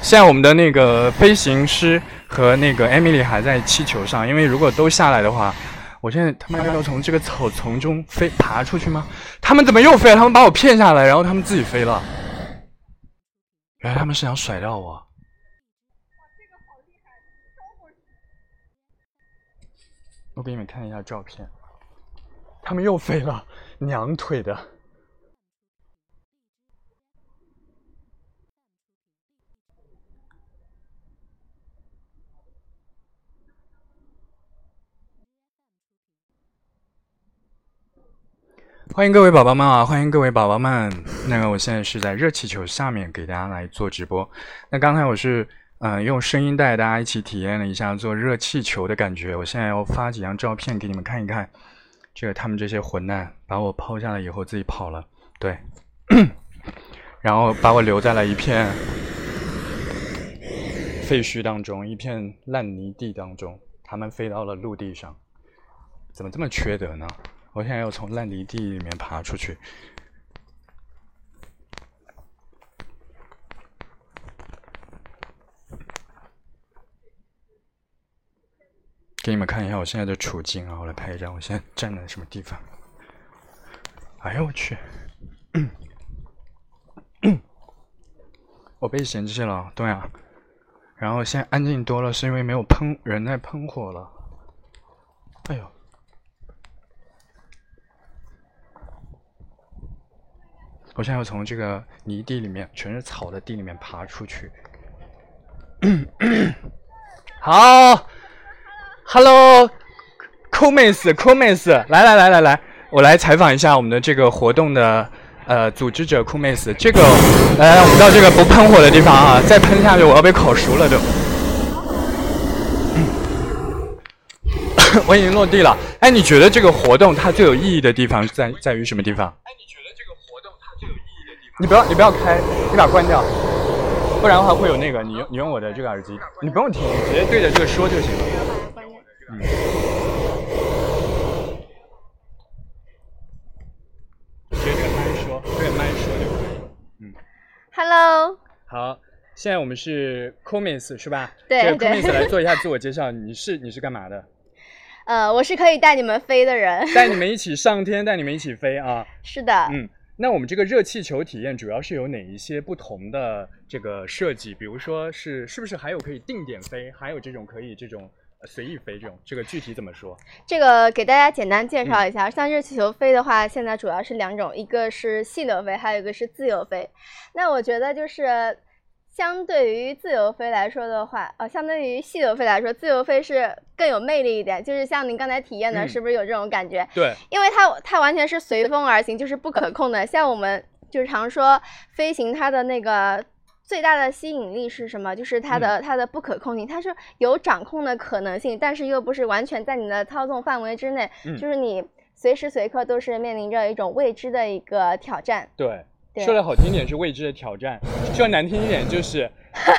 S1: 现在我们的那个飞行师和那个艾米丽还在气球上，因为如果都下来的话，我现在他们要从这个草丛中飞爬出去吗？他们怎么又飞了？他们把我骗下来，然后他们自己飞了。原来他们是想甩掉我。我给你们看一下照片，他们又飞了，娘腿的。欢迎各位宝宝们啊！欢迎各位宝宝们。那个，我现在是在热气球下面给大家来做直播。那刚才我是嗯、呃用声音带大家一起体验了一下做热气球的感觉。我现在要发几张照片给你们看一看。这个他们这些混蛋把我抛下来以后自己跑了，对， 然后把我留在了一片废墟当中，一片烂泥地当中。他们飞到了陆地上，怎么这么缺德呢？我现在要从烂泥地里面爬出去。给你们看一下我现在的处境啊，我来拍一张，我现在站在什么地方？哎呦我去！我被嫌弃了，对啊。然后现在安静多了，是因为没有喷人在喷火了。哎呦！我现在要从这个泥地里面，全是草的地里面爬出去。好，Hello，Cool Miss，Cool Miss，来来来来来，我来采访一下我们的这个活动的呃组织者 Cool Miss。这个，来来，我们到这个不喷火的地方啊，再喷下去我要被烤熟了都。 我已经落地了。哎，你觉得这个活动它最有意义的地方在在于什么地方？哎，你觉得这个活动它最有意义的地方？你不要你不要开，你把它关掉，不然的话会有那个。你用你用我的这个耳机，你不用听，你直接对着这个说就行了。嗯。直接对着麦说，对着麦说就可以了。嗯
S7: Hello，
S1: 好，现在我们是 Comis 是吧？
S7: 对
S1: 这个
S7: 对
S1: Comis 来做一下自我介绍，你是你是干嘛的？
S7: 呃，我是可以带你们飞的人。
S1: 带你们一起上天，带你们一起飞啊！
S7: 是的，
S1: 嗯，那我们这个热气球体验主要是有哪一些不同的这个设计？比如说是是不是还有可以定点飞，还有这种可以这种呃随意飞这种，这个具体怎么说？
S7: 这个给大家简单介绍一下。像热气球飞的话，现在主要是两种，一个是气流飞，还有一个是自由飞。那我觉得就是。相对于自由飞来说的话，呃，相对于气流飞来说，自由飞是更有魅力一点。就是像您刚才体验的，
S1: 嗯
S7: 是不是有这种感觉？
S1: 对，
S7: 因为它它完全是随风而行，就是不可控的。像我们就是常说飞行，它的那个最大的吸引力是什么？就是它
S1: 嗯
S7: 的、它的不可控性，它是有掌控的可能性，但是又不是完全在你的操纵范围之内，
S1: 嗯
S7: 就是你随时随刻都是面临着一种未知的一个挑战。
S1: 对，
S7: 对
S1: 说的好听一点是未知的挑战，说得难听一点就是。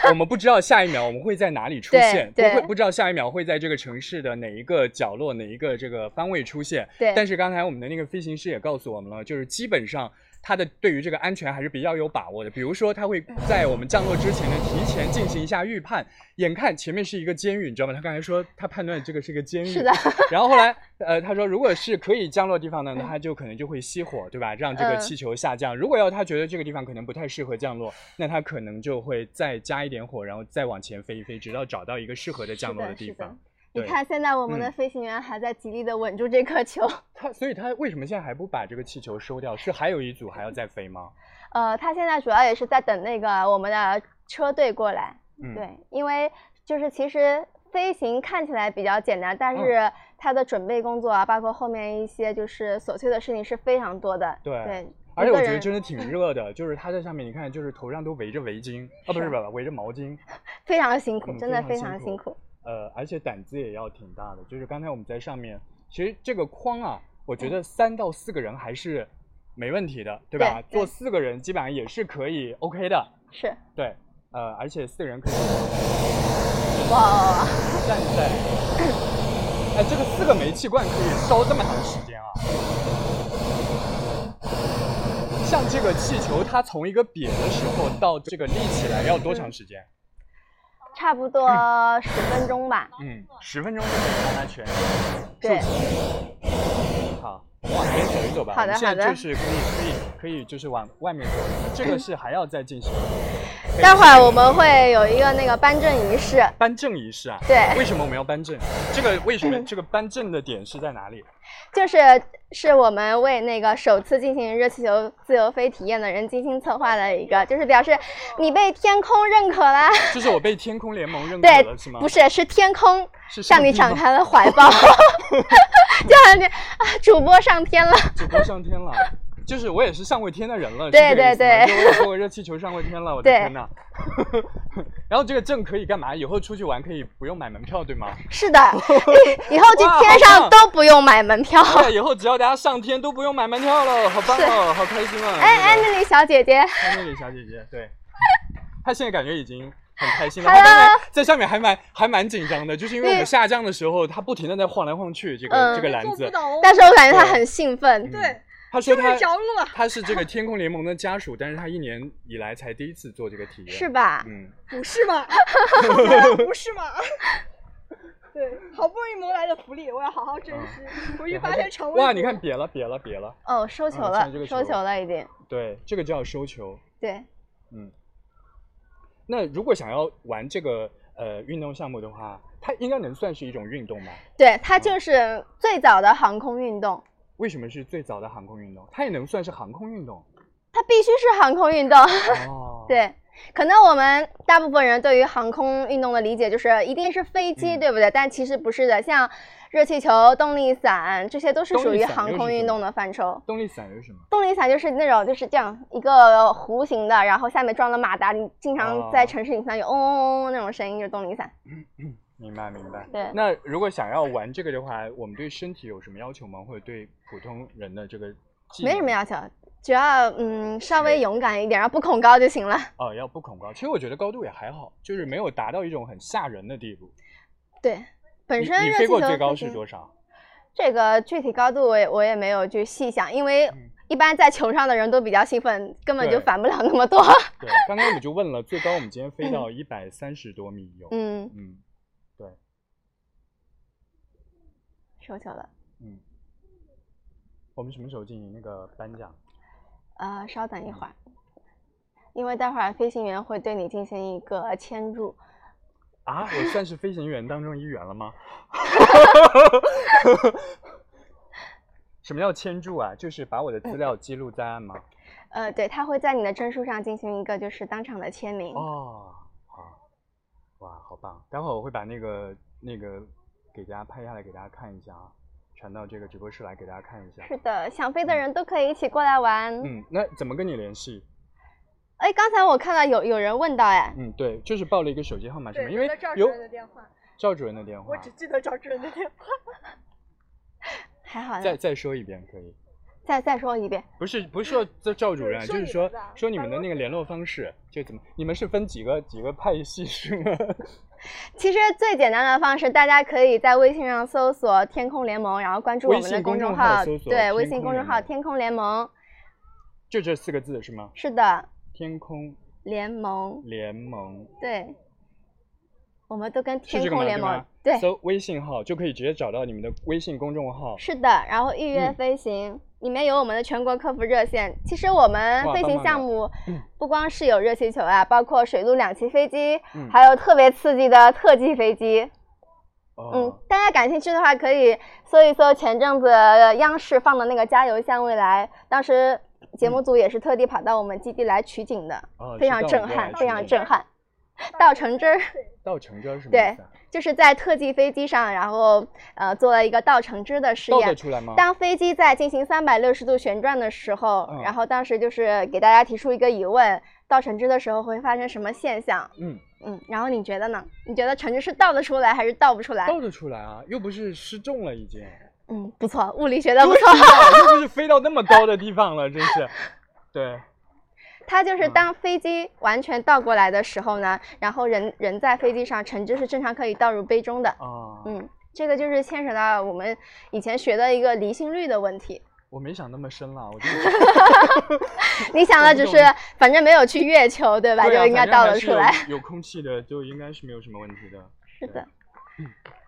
S1: 我们不知道下一秒我们会在哪里出现，不
S7: 对对
S1: 会不知道下一秒会在这个城市的哪一个角落、哪一个这个方位出现。
S7: 对
S1: 但是刚才我们的那个飞行师也告诉我们了，就是基本上他的对于这个安全还是比较有把握的。比如说，他
S7: 嗯
S1: 会在我们降落之前呢，提前进行一下预判。眼看前面是一个监狱，你知道吗？他刚才说他判断这个是个监狱，
S7: 是的。
S1: 然后后来，呃，他说如果是可以降落的地方呢，那他就可能就会熄火，对吧？让这个
S7: 嗯
S1: 气球下降。如果要他觉得这个地方可能不太适合降落，那他可能就会再加一点火，然后再往前飞一飞，直到找到一个适合的降落
S7: 是的
S1: 地
S7: 是的
S1: 方。
S7: 你
S1: 对
S7: 看，现在我们的
S1: 嗯
S7: 飞行员还在极力的稳住这颗球。
S1: 他所以他为什么现在还不把这个气球收掉？是还有一组还要再飞 吗？
S7: 呃，他现在主要也是在等那个我们的车队过来。
S1: 嗯，
S7: 对，因为就是其实飞行看起来比较简单，但
S1: 嗯
S7: 是它的准备工作啊，包括后面一些就是琐碎的事情是非常多的。
S1: 对
S7: 对，
S1: 而且
S7: 一
S1: 我
S7: 个
S1: 觉得
S7: 人
S1: 真的挺热的，就是他在上面，你看，就是头上都围着围巾，啊，不是
S7: 是
S1: 不是围着毛巾，
S7: 非常辛苦，
S1: 嗯
S7: 真的
S1: 非
S7: 非
S1: 常
S7: 常
S1: 辛
S7: 辛
S1: 苦
S7: 苦。
S1: 呃，而且胆子也要挺大的。就是刚才我们在上面，其实这个框啊，我觉
S7: 嗯
S1: 得三到四个人还是没问题的，对吧？
S7: 对
S1: 做四个人基本上也是可以 OK 的，
S7: 是，
S1: 对。呃，而且四个人可以
S7: 哇哇哇！
S1: 站在，哎，这个四个煤气罐可以烧这么长时间啊！像这个气球，它从一个瘪的时候到这个立起来要多长时
S7: 嗯
S1: 间？
S7: 差不多十分钟吧。
S1: 嗯，十分钟就能把它全
S7: 对，
S1: 好，往前走一走吧。
S7: 好
S1: 我
S7: 的
S1: 们现在
S7: 好的
S1: 就是可以可以可以就是往外面走，这个是还要再进行
S7: 待会儿我们会有一个那个颁证仪式。
S1: 颁证仪式啊。
S7: 对嗯
S1: 为什么我们要颁证？这个为什么这个颁证的点是在哪里？
S7: 就是是我们为那个首次进行热气球自由飞体验的人精心策划的一个，就是表示你被天空认可啦。
S1: 就是我被天空联盟认可
S7: 对
S1: 了是吗？
S7: 不，是，是天空
S1: 是上
S7: 向你
S1: 帝吗
S7: 敞开了怀抱， 就好像你啊，主播上天了。
S1: 主播上天 了。就是我也是上过天的人了，是
S7: 对
S1: 这个意思吗
S7: 对对
S1: 就我也坐过热气球上过天了，我的
S7: 对
S1: 天呐。然后这个证可以干嘛？以后出去玩可以不用买门票，对 吗？
S7: 是的，以以后去
S1: 哇
S7: 天
S1: 好棒啊
S7: 上都不用买门票。
S1: 对，哎以后只要大家上天都不用买门票了，好棒哦，好开心啊！
S7: 哎，
S1: 这个
S7: 安妮丽小姐姐，
S1: 安那里小姐姐，对，她现在感觉已经很开心了。她
S7: Hello
S1: 刚才在上面还蛮还蛮紧张的，就是因为我们
S7: 对
S1: 下降的时候，她不停的在晃来晃去，这个、
S7: 嗯
S1: 这个篮子。
S5: 懂
S7: 但是我感觉她很兴奋。
S1: 嗯对，她说她
S5: 了。
S1: 她是这个天空联盟的家属，但是她一年以来才第一次嗯 做这个体验。
S7: 是吧？
S1: 嗯，
S5: 不是吗？不是吗？
S3: 对，好不容易谋来的福利，我要好好
S1: 啊
S3: 珍惜。回去发现常温。
S1: 哇，你看，瘪了，瘪了，瘪了。
S7: 哦，收球
S1: 啊
S7: 了
S1: 现在这，个
S7: 收
S1: 球嗯
S7: 球了，已经。
S1: 对，这个叫收球。
S7: 对，
S1: 嗯，那如果想要玩这个呃运动项目的话，它应该能算是一种运动吧？
S7: 对，它就是最早的航空运动，
S1: 为什么是最早的航空运动？它也能算是航空运 动
S7: 它必须是航空运动。
S1: 哦。，
S7: 对，可能我们大部分人对于航空运动的理解就是一定是飞机，
S1: 嗯
S7: 对不对？但其实不是的，像热气球、动力伞这些都是
S1: 动
S7: 属
S1: 力
S7: 于
S1: 伞
S7: 航
S1: 又
S7: 空
S1: 是什
S7: 运
S1: 么
S7: 动的范畴。
S1: 动力伞有什么？
S7: 动力伞就是那种就是这样一个弧形的，然后下面装了马达，你经常在
S1: 哦
S7: 城市里听到有嗡嗡嗡那种声音，就是动力伞。
S1: 明白明白。
S7: 对
S1: 那如果想要玩这个的话，我们对身体有什么要求吗？或者对普通人的这个技
S7: 没什
S1: 能
S7: 么要求，只要嗯稍微
S1: 是
S7: 勇敢一点，然后不恐高就行了。
S1: 哦，要不恐高。其实我觉得高度也还好，就是没有达到一种很吓人的地步。
S7: 对，本
S1: 你
S7: 身
S1: 你
S7: 热
S1: 飞
S7: 气
S1: 过
S7: 球
S1: 最高
S7: 飞
S1: 是
S7: 行
S1: 多少？
S7: 这个具体高度我也我也没有去细想，因为
S1: 嗯
S7: 一般在球上的人都比较兴奋，根本就
S1: 对
S7: 反不了那么多。
S1: 对，刚刚我们就问了，最高我们今天飞到一百三十多米有。
S7: 嗯，
S1: 嗯，对，
S7: 收球了。
S1: 嗯。我们什么时候进行那个颁奖？
S7: 呃，稍等一会儿，因为待会儿飞行员会对你进行一个牵注。
S1: 啊，我算是飞行员当中一员了吗？ 什么叫签注啊？就是把我的资料记录在案吗？
S7: 呃，对，他会在你的证书上进行一个就是当场的签名。
S1: 哦，好，哇，好棒！待会儿我会把那个那个给大家拍下来，给大家看一下啊，传到这个直播室来给大家看一下。
S7: 是的，想飞的人都可以一起过来玩。
S1: 嗯，那怎么跟你联系？
S7: 哎，刚才我看到有有人问到，哎，
S1: 嗯，对，就是报了一个手机号码什么，
S3: 对
S1: 因为
S3: 得到赵主
S1: 有
S3: 任的电话，
S1: 赵主任的电话
S3: 我，只记得找主任 的电话。
S7: 还好
S1: 再
S7: 呢。
S1: 再说一遍可以。
S7: 再再说一遍，
S1: 不是不 是说这赵主任啊，
S3: 对
S1: 就是说
S3: 说你们的
S1: 说你们的
S3: 办公
S1: 那个联络方式，就怎么你们是分几个几个派系是吗？
S7: 其实最简单的方式，大家可以在微信上搜索“天空联盟”，然后关注我
S1: 微
S7: 们
S1: 信
S7: 的
S1: 公
S7: 众
S1: 众号
S7: 号，
S1: 搜索
S7: 对，微
S1: 天
S7: 信
S1: 空
S7: 公众
S1: 联
S7: 号“
S1: 盟
S7: 天空联盟
S1: 就这四个字是吗”。？
S7: 是的，
S1: 天空
S7: 联盟，
S1: 联盟
S7: 对，我们都跟
S1: 是
S7: 天
S1: 这个吗
S7: 空联
S1: 对
S7: 盟
S1: 吗，
S7: 对，
S1: 搜微信号就可以直接找到你们的微信公众号。
S7: 是的。然后预约
S1: 嗯
S7: 飞行，里面有我们的全国客服热线。其实我们
S1: 哇
S7: 飞
S1: 棒棒
S7: 行
S1: 的
S7: 项目
S1: 嗯
S7: 不光是有热气球啊，包括水陆两栖飞机，
S1: 嗯
S7: 还有特别刺激的特技飞机。嗯
S1: 哦，，
S7: 大家感兴趣的话，可以搜一搜前阵子呃央视放的那个《加油向未来》，当时节目组也是特地跑到我们基地来取景的，
S1: 哦
S7: 非
S1: 是
S7: 常
S1: 到
S7: 震
S1: 我们这儿
S7: 撼，
S1: 来
S7: 非
S1: 取
S7: 常
S1: 景
S7: 震撼。稻城汁儿
S1: 到成这是什么
S7: 对
S1: 意思啊？
S7: 就是在特技飞机上，然后呃做了一个稻城汁的实
S1: 倒得
S7: 验。
S1: 出来吗？
S7: 当飞机在进行三百六十度旋转的时候，
S1: 嗯
S7: 然后当时就是给大家提出一个疑问：倒橙汁的时候会发生什么现象？
S1: 嗯，
S7: 嗯，然后你觉得呢？你觉得橙汁是倒得出来还是倒不出来？
S1: 倒得出来啊，又不是失重了已经，
S7: 嗯，不错，物理学的不 错。
S1: 又不是飞到那么高的地方了，真是。对，
S7: 它就是
S1: 嗯
S7: 当飞机完全倒过来的时候呢，然后人人在飞机上，橙汁是正常可以倒入杯中的。
S1: 啊，
S7: 嗯，这个就是牵扯到我们以前学的一个离心率的问 题。
S1: 我没想那么深 了，我啊真的
S7: 你想的只是
S1: 我不懂
S7: 反正没有去月球，对吧？
S1: 对啊
S7: 就应该
S1: 反正
S7: 倒
S1: 还
S7: 得
S1: 是
S7: 出
S1: 有
S7: 来。
S1: 有空气的就应该是没有什么问题的。
S7: 是
S1: 对
S7: 的。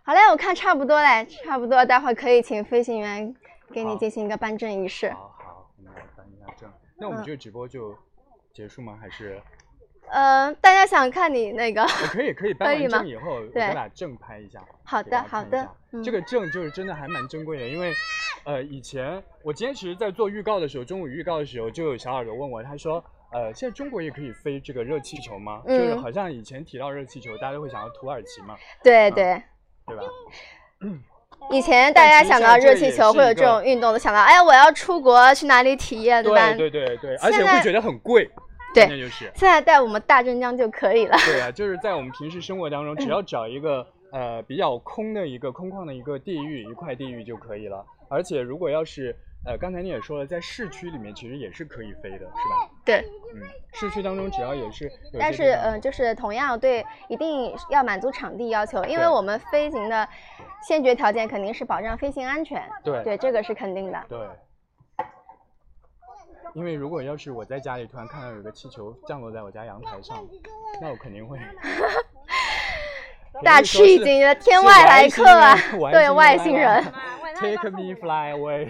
S7: 好嘞，我看差不多嘞，差不多，待会儿可以请飞行员给你
S1: 好
S7: 进行一个颁证仪式。
S1: 好好，我们来翻一下证。那我们
S7: 嗯
S1: 这个直播就结束吗？还 是
S7: 呃，大家想看你那个？
S1: 呃可以可以
S7: 可
S1: 颁
S7: 以
S1: 完
S7: 吗
S1: 证以后，我
S7: 对
S1: 们把证拍一下。
S7: 好
S1: 给
S7: 的
S1: 大家
S7: 好
S1: 啊看一
S7: 的
S1: 下这
S7: 嗯
S1: 个证就是真的还蛮珍贵的，因为，呃，以前我今天其实，在做预告的时候，中午预告的时候，就有小耳朵问我，他说，呃，现在中国也可以飞这个热气球吗？就是
S7: 嗯
S1: 好像以前提到热气球，大家都会想到土耳其嘛，
S7: 对
S1: 嗯
S7: 对。
S1: 对吧？
S7: 以前大家想到热气球或者这种运动，都想到哎呀，我要出国去哪里体验，吧？
S1: 对对对对，而且
S7: 现在
S1: 会觉得很贵，
S7: 对
S1: 那就是。
S7: 现在带我们大镇江就可以了。
S1: 对啊，就是在我们平时生活当中，
S7: 嗯
S1: 只要找一个呃比较空的一个空旷的一个地域，一块地域就可以了。而且如果要是呃刚才你也说了，在市区里面其实也是可以飞的，是吧？
S7: 对，
S1: 嗯，市区当中只要也是有
S7: 但
S1: 些
S7: 是
S1: 地
S7: 嗯、
S1: 方
S7: 呃就是同样对，一定要满足场地要求，因为
S1: 对
S7: 我们飞行的先决条件肯定是保障飞行安全。
S1: 对
S7: 对，这个是肯定的。
S1: 对。因为如果要是我在家里突然看到有个气球降落在我家阳台上，那我肯定会
S3: 来
S7: 大吃一惊，觉得天外来客 啊！对，外星人，
S1: Take me fly away，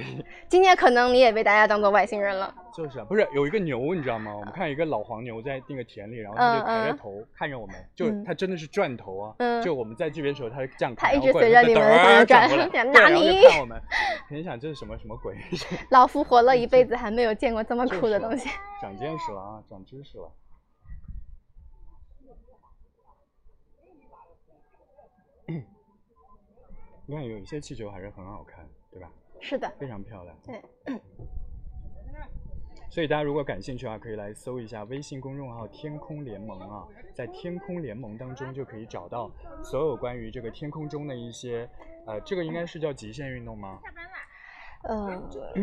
S7: 今天可能你也被大家当做外星人了。
S1: 就是啊，不是有一个牛，你知道吗？我们看一个老黄牛在那个田里，然后它就抬着头看着我们，就
S7: 嗯
S1: 它真的是转头啊。
S7: 嗯
S1: 就我们在这边的时候，它是这样看，
S7: 它一
S1: 然后
S7: 直
S1: 过来它
S7: 随着你
S1: 噔
S7: 们
S1: 儿
S7: 向上
S1: 转过来，对
S7: 转 想拿
S1: 然后就
S7: 你
S1: 看我们，很想这是什么什么鬼？
S7: 老夫活
S1: 嗯
S7: 了一辈子，还没有见过这么酷的东西。
S1: 长见识了啊，长知识了。 你看，有一些气球还是很好看，对吧？
S7: 是的，
S1: 非常漂亮。嗯
S7: 对。
S1: 所以大家如果感兴趣的话，可以来搜一下微信公众号“天空联盟”啊，在“天空联盟”当中就可以找到所有关于这个天空中的一些，呃，这个应该是叫极限运动吗？嗯
S7: 呃，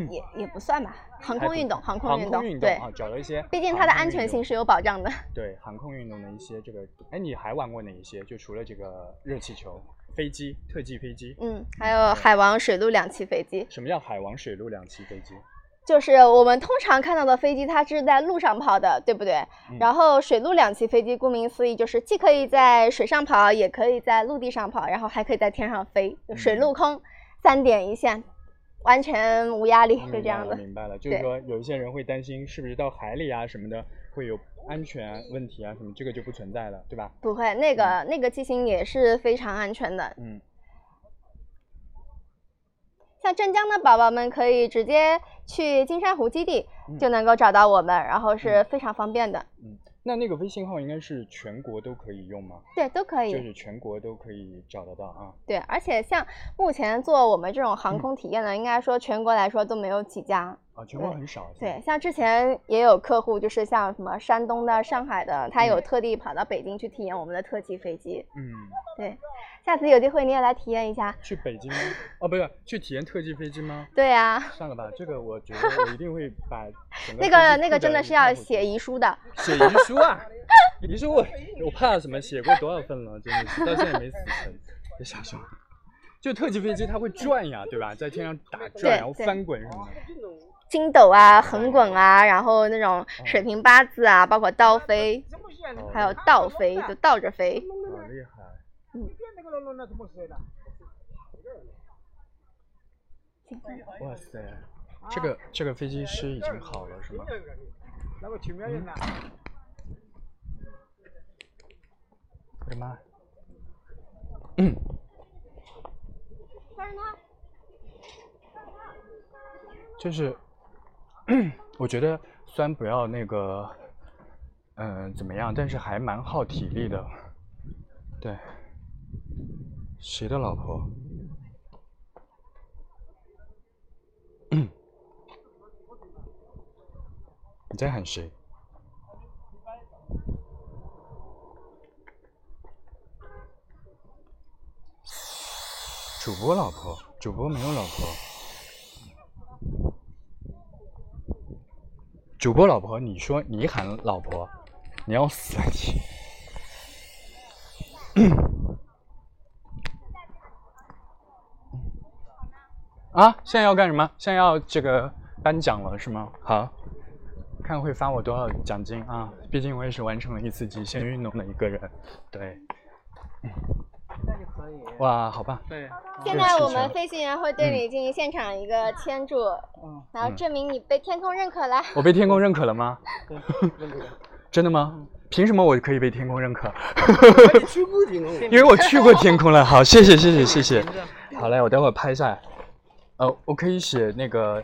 S7: 也也不算吧，航空运动，航空
S1: 航
S7: 运
S1: 空
S7: 动，
S1: 运动
S7: 对
S1: 啊，，找了一些，
S7: 毕竟它的安全性是有保障的。
S1: 对航空运动的一些这个，哎，你还玩过哪一些？就除了这个热气球、飞机、特技飞机，
S7: 嗯，还有海王水陆两栖飞机，
S1: 什么叫海王水陆两栖飞机？
S7: 就是我们通常看到的飞机，它是在陆上跑的，对不对？
S1: 嗯
S7: 然后水陆两栖飞机，顾名思义，就是既可以在水上跑，也可以在陆地上跑，然后还可以在天上飞，就水
S1: 嗯
S7: 陆空三点一线，完全无压力，
S1: 啊明
S7: 是这
S1: 白
S7: 样
S1: 了，
S7: 的。
S1: 明白了，就是
S7: 对
S1: 说有一些人会担心是不是到海里啊什么的会有安全问题啊什么，这个就不存在了，对吧？
S7: 不会，那个那个机型也是非常安全的，
S1: 嗯，
S7: 像镇江的宝宝们可以直接去金山湖基地
S1: 嗯
S7: 就能够找到我们，然后是非常方便的，
S1: 那那个微信号应该是全国都可以用吗？
S7: 对，都可
S1: 就
S7: 以。
S1: 是全国都可以找得到啊。
S7: 对，而且像目前做我们这种航空体验的，应该说全国来说都没有几家。
S1: 啊，全国
S7: 对
S1: 很少。现
S7: 对
S1: 在，，
S7: 像之前也有客户，就是像什么山东的、上海的，他有特地跑到北京去体验我们的特技飞机。
S1: 嗯，
S7: 对，下次有机会你也来体验一下。
S1: 去北京吗？哦，不是，去体验特技飞机吗？
S7: 对啊，
S1: 算了吧，这个我觉得我一定会把整
S7: 那
S1: 飞
S7: 个
S1: 机
S7: 那个
S1: 库
S7: 真的
S1: 一
S7: 是要
S1: 塌糊涂
S7: 写遗书的。
S1: 写遗书啊，遗书我我怕什么？写过多少份了？真的是到现在也没死成，别瞎说。就特级飞机它会转呀，对吧？在天上打
S7: 对
S1: 转，然后
S7: 对
S1: 翻滚什么的。
S7: 筋斗啊、横滚啊，然后那种水平八字啊，包括倒飞，还
S1: 嗯
S7: 有倒飞，就倒着飞。
S1: 哦好厉害！啊哇塞，这个这个飞机师已经好了是吗？我的妈呀！嗯。就是，我觉得虽然不要那个，嗯、怎么样，但是还蛮耗体力的。对，谁的老婆？ 你在喊谁？主播老婆，主播没有老婆。主播老婆，你说你喊老婆，你要死啊你！ 啊，现在要干什么？现在要这个颁奖了是吗？好，看会发我多少奖金啊！毕竟我也是完成了一次极限运动的一个人。对，
S2: 那就可以。
S1: 哇，好棒！
S2: 对，
S7: 现在我们飞行员会对你进行现场一个签注，
S2: 嗯，
S7: 然后证明你被天空认可了。
S1: 我被天空认可了吗？
S2: 对，问这个。
S1: 真的
S6: 嗯
S1: 吗？凭什么我可以被天空认可？
S6: 你去过天空，
S1: 因为我去过天 空了。好，谢谢谢谢谢谢
S2: 凭。着
S1: 好嘞，我待会儿拍下来。呃，我可以写那个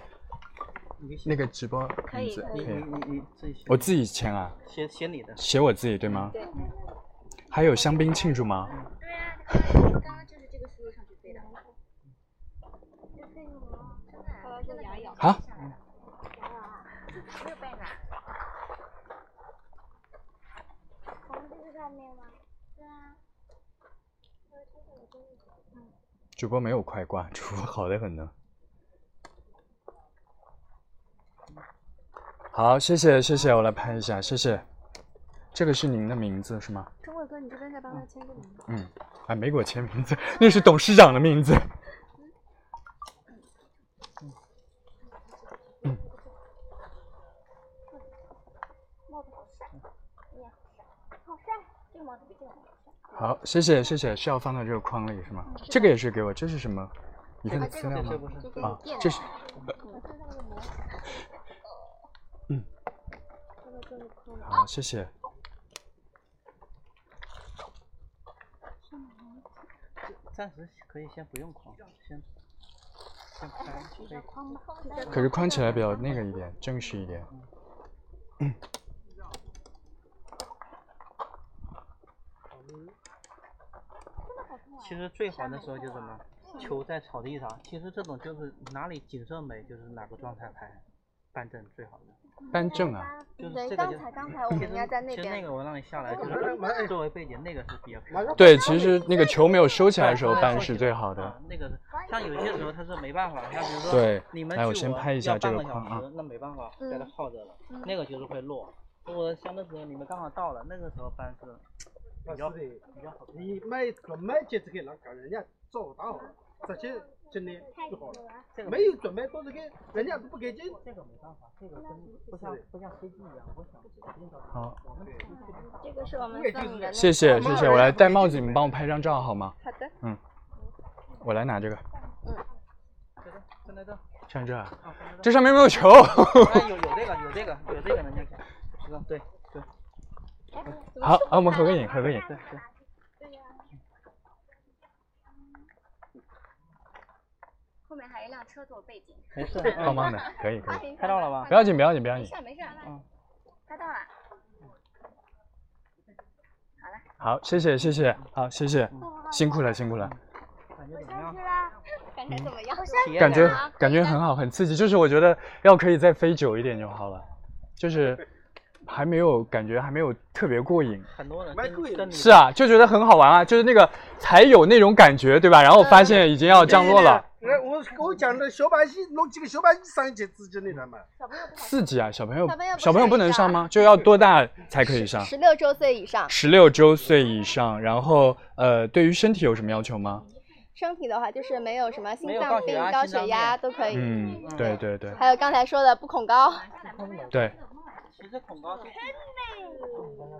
S1: 那个直播名字，可
S2: 你
S1: 以。
S2: 你你自己
S1: 我自己签啊，
S2: 写写你的，
S1: 写我自己对吗？对。还有香槟庆祝吗？啊？主播没有快挂，主播好的很呢。好，谢谢谢谢，我来拍一下，谢谢。这个是您的名字是吗？
S8: 钟伟哥，你这边再帮他签个名。
S1: 嗯，啊，没给我签名字，那是董事长的名字。好，谢谢谢谢，是要放到这个框里是吗？
S8: 嗯
S1: 这个也是给我，这是什么？你看资料吗？啊，这是。嗯。
S7: 哦
S1: 啊好，谢谢。
S2: 暂时可以先不用框，先先拍这个。
S1: 可是框起来比较那个一点，正式一点。
S7: 嗯
S2: 其实最好的时候就是什么，球在草地上。其实这种就是哪里景色美，就是哪个状态拍，板正最好的。
S1: 单正啊，
S2: 就是
S7: 对
S2: 这个
S7: 刚
S2: 就
S7: 才刚才我们应该在那
S2: 其实
S7: 边
S2: 那个我让你下来，就
S6: 马上
S2: 是作为背景，那个是比较漂亮的。
S1: 对，其实那个球没有收起来的时候搬是最好的
S2: 啊。那个是像有些时候他是没办法，像比如说
S1: 对哎
S2: 你们
S1: 来我
S2: 去
S1: 先
S2: 我
S1: 拍一
S2: 要
S1: 下这
S2: 半
S1: 个
S2: 个
S1: 框
S2: 小
S1: 啊
S2: 时，那没办法
S7: 嗯
S2: 在这耗着了，那个就是会落。如果像那时候你们刚好到了，那个时候搬是比较比较好看。
S6: 你买专买机子给人家，人家早打好了，直接进来就好了。
S2: 这个
S6: 没有准备到这个，人家不给进。
S2: 这个没办法，这个跟不像不像飞机一样，我想我跟你讲
S1: 好，
S7: 这个是我们送你的那个，
S1: 谢谢谢谢，我来戴帽子，你们帮我拍张照好吗？
S7: 嗯
S1: 嗯
S7: 好的，嗯
S1: 我来拿这个，
S2: 这个真的这，
S1: 像这啊，
S2: 啊真的
S1: 这上面没有球。
S2: 这，哎有有这个有这个有这个能讲，是吧？对对
S1: 好，啊，我们合个影，合个影。
S2: 对对。
S5: 后面还有一辆车做背景。
S2: 没 事，
S7: 嗯
S1: 棒棒的，可以可以，
S2: 拍到了吧？
S1: 不要紧不要紧不要紧。
S5: 没事，
S2: 嗯，
S5: 拍到了。
S1: 好，谢谢谢谢，好谢谢，辛苦了辛苦了，
S2: 感觉怎么样？
S7: 感觉怎么样？
S2: 体验
S1: 感觉
S2: 啊
S1: 感觉很好，很刺激，就是我觉得要可以再飞久一点就好了，就是还没有感觉还没有特别过瘾。
S2: 很多人
S6: 蛮
S2: 跟
S6: 贵的
S2: 跟你
S1: 是啊，就觉得很好玩啊，就是那个才有那种感觉，对吧？然后发现已经要降落了，
S6: 对。对对哎我我讲的小把戏，弄几个小把戏上去直接那什么。
S1: 刺激啊！小朋友
S7: 小朋友不
S1: 小朋友
S7: 上
S1: 不能
S7: 以
S1: 上
S7: 上
S1: 吗？就要多大才可以上？
S7: 十六周岁以上，
S1: 十六周岁以上，然后呃，对于身体有什么要求吗？
S7: 身体的话就是没有什么
S2: 没
S7: 心
S2: 有
S7: 脏
S2: 高血
S7: 病
S2: 压、
S7: 高
S2: 心
S7: 血
S2: 脏
S7: 压
S2: 病
S7: 都可以。
S1: 嗯，对对对
S7: 还有刚才说的不恐高，
S1: 对，
S2: 其实恐高，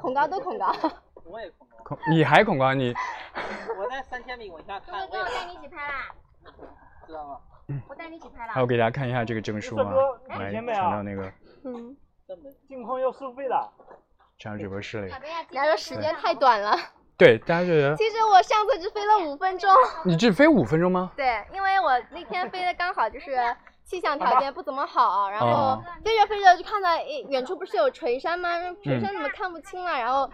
S7: 恐高都恐高。
S2: 我也恐高，
S1: 恐你还恐高？你
S2: 我在三千米往下看，我
S5: 哥，
S2: 也
S5: 我带你一起拍啦！
S2: 知道 吗？
S5: 我带你一起拍啦
S1: 还！有给大家看一下这个证书啊，来传到那个
S7: 嗯，
S2: 真没
S1: 传到直播室里。
S7: 你还说时间太短了，
S1: 对，大家觉得
S7: 其实我上次只飞了五分钟。
S1: 你只飞五分钟吗？
S7: 对，因为我那天飞的刚好就是气象条件不怎么好，然后
S1: 哦
S7: 飞着飞着就看到诶远处不是有垂山吗？垂
S1: 嗯
S7: 山怎么看不清了？然后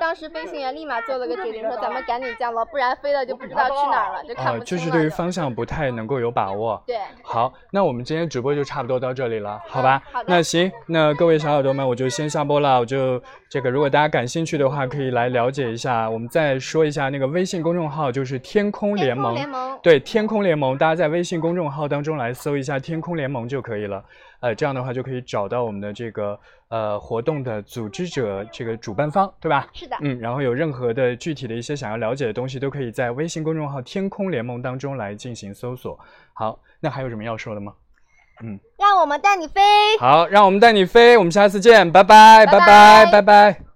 S7: 当时飞行员立马做了个决定，说咱们赶紧降落，不然飞了就不知道去哪儿了，就看
S1: 啊，
S7: 不
S1: 就
S7: 清了。
S1: 是对于方向不太能够有把握。
S7: 对，
S1: 好，那我们今天直播就差不多到这里了，好吧？
S7: 好的
S1: 那行，那各位小耳朵们，我就先下播了。我就这个，如果大家感兴趣的话，可以来了解一下。我们再说一下那个微信公众号，就是天空联
S7: 天空
S1: 盟。
S7: 联盟
S1: 对，天空联盟，大家在微信公众号当中来搜一下“天空联盟”就可以了。呃，这样的话就可以找到我们的这个呃活动的组织者，这个主办方，对吧？
S7: 是的，
S1: 嗯，然后有任何的具体的一些想要了解的东西，都可以在微信公众号“天空联盟”当中来进行搜索。好，那还有什么要说的吗？
S7: 让我们带你飞。
S1: 好，让我们带你飞，我们下次见，拜拜，
S7: 拜
S1: 拜拜，
S7: 拜
S1: 拜拜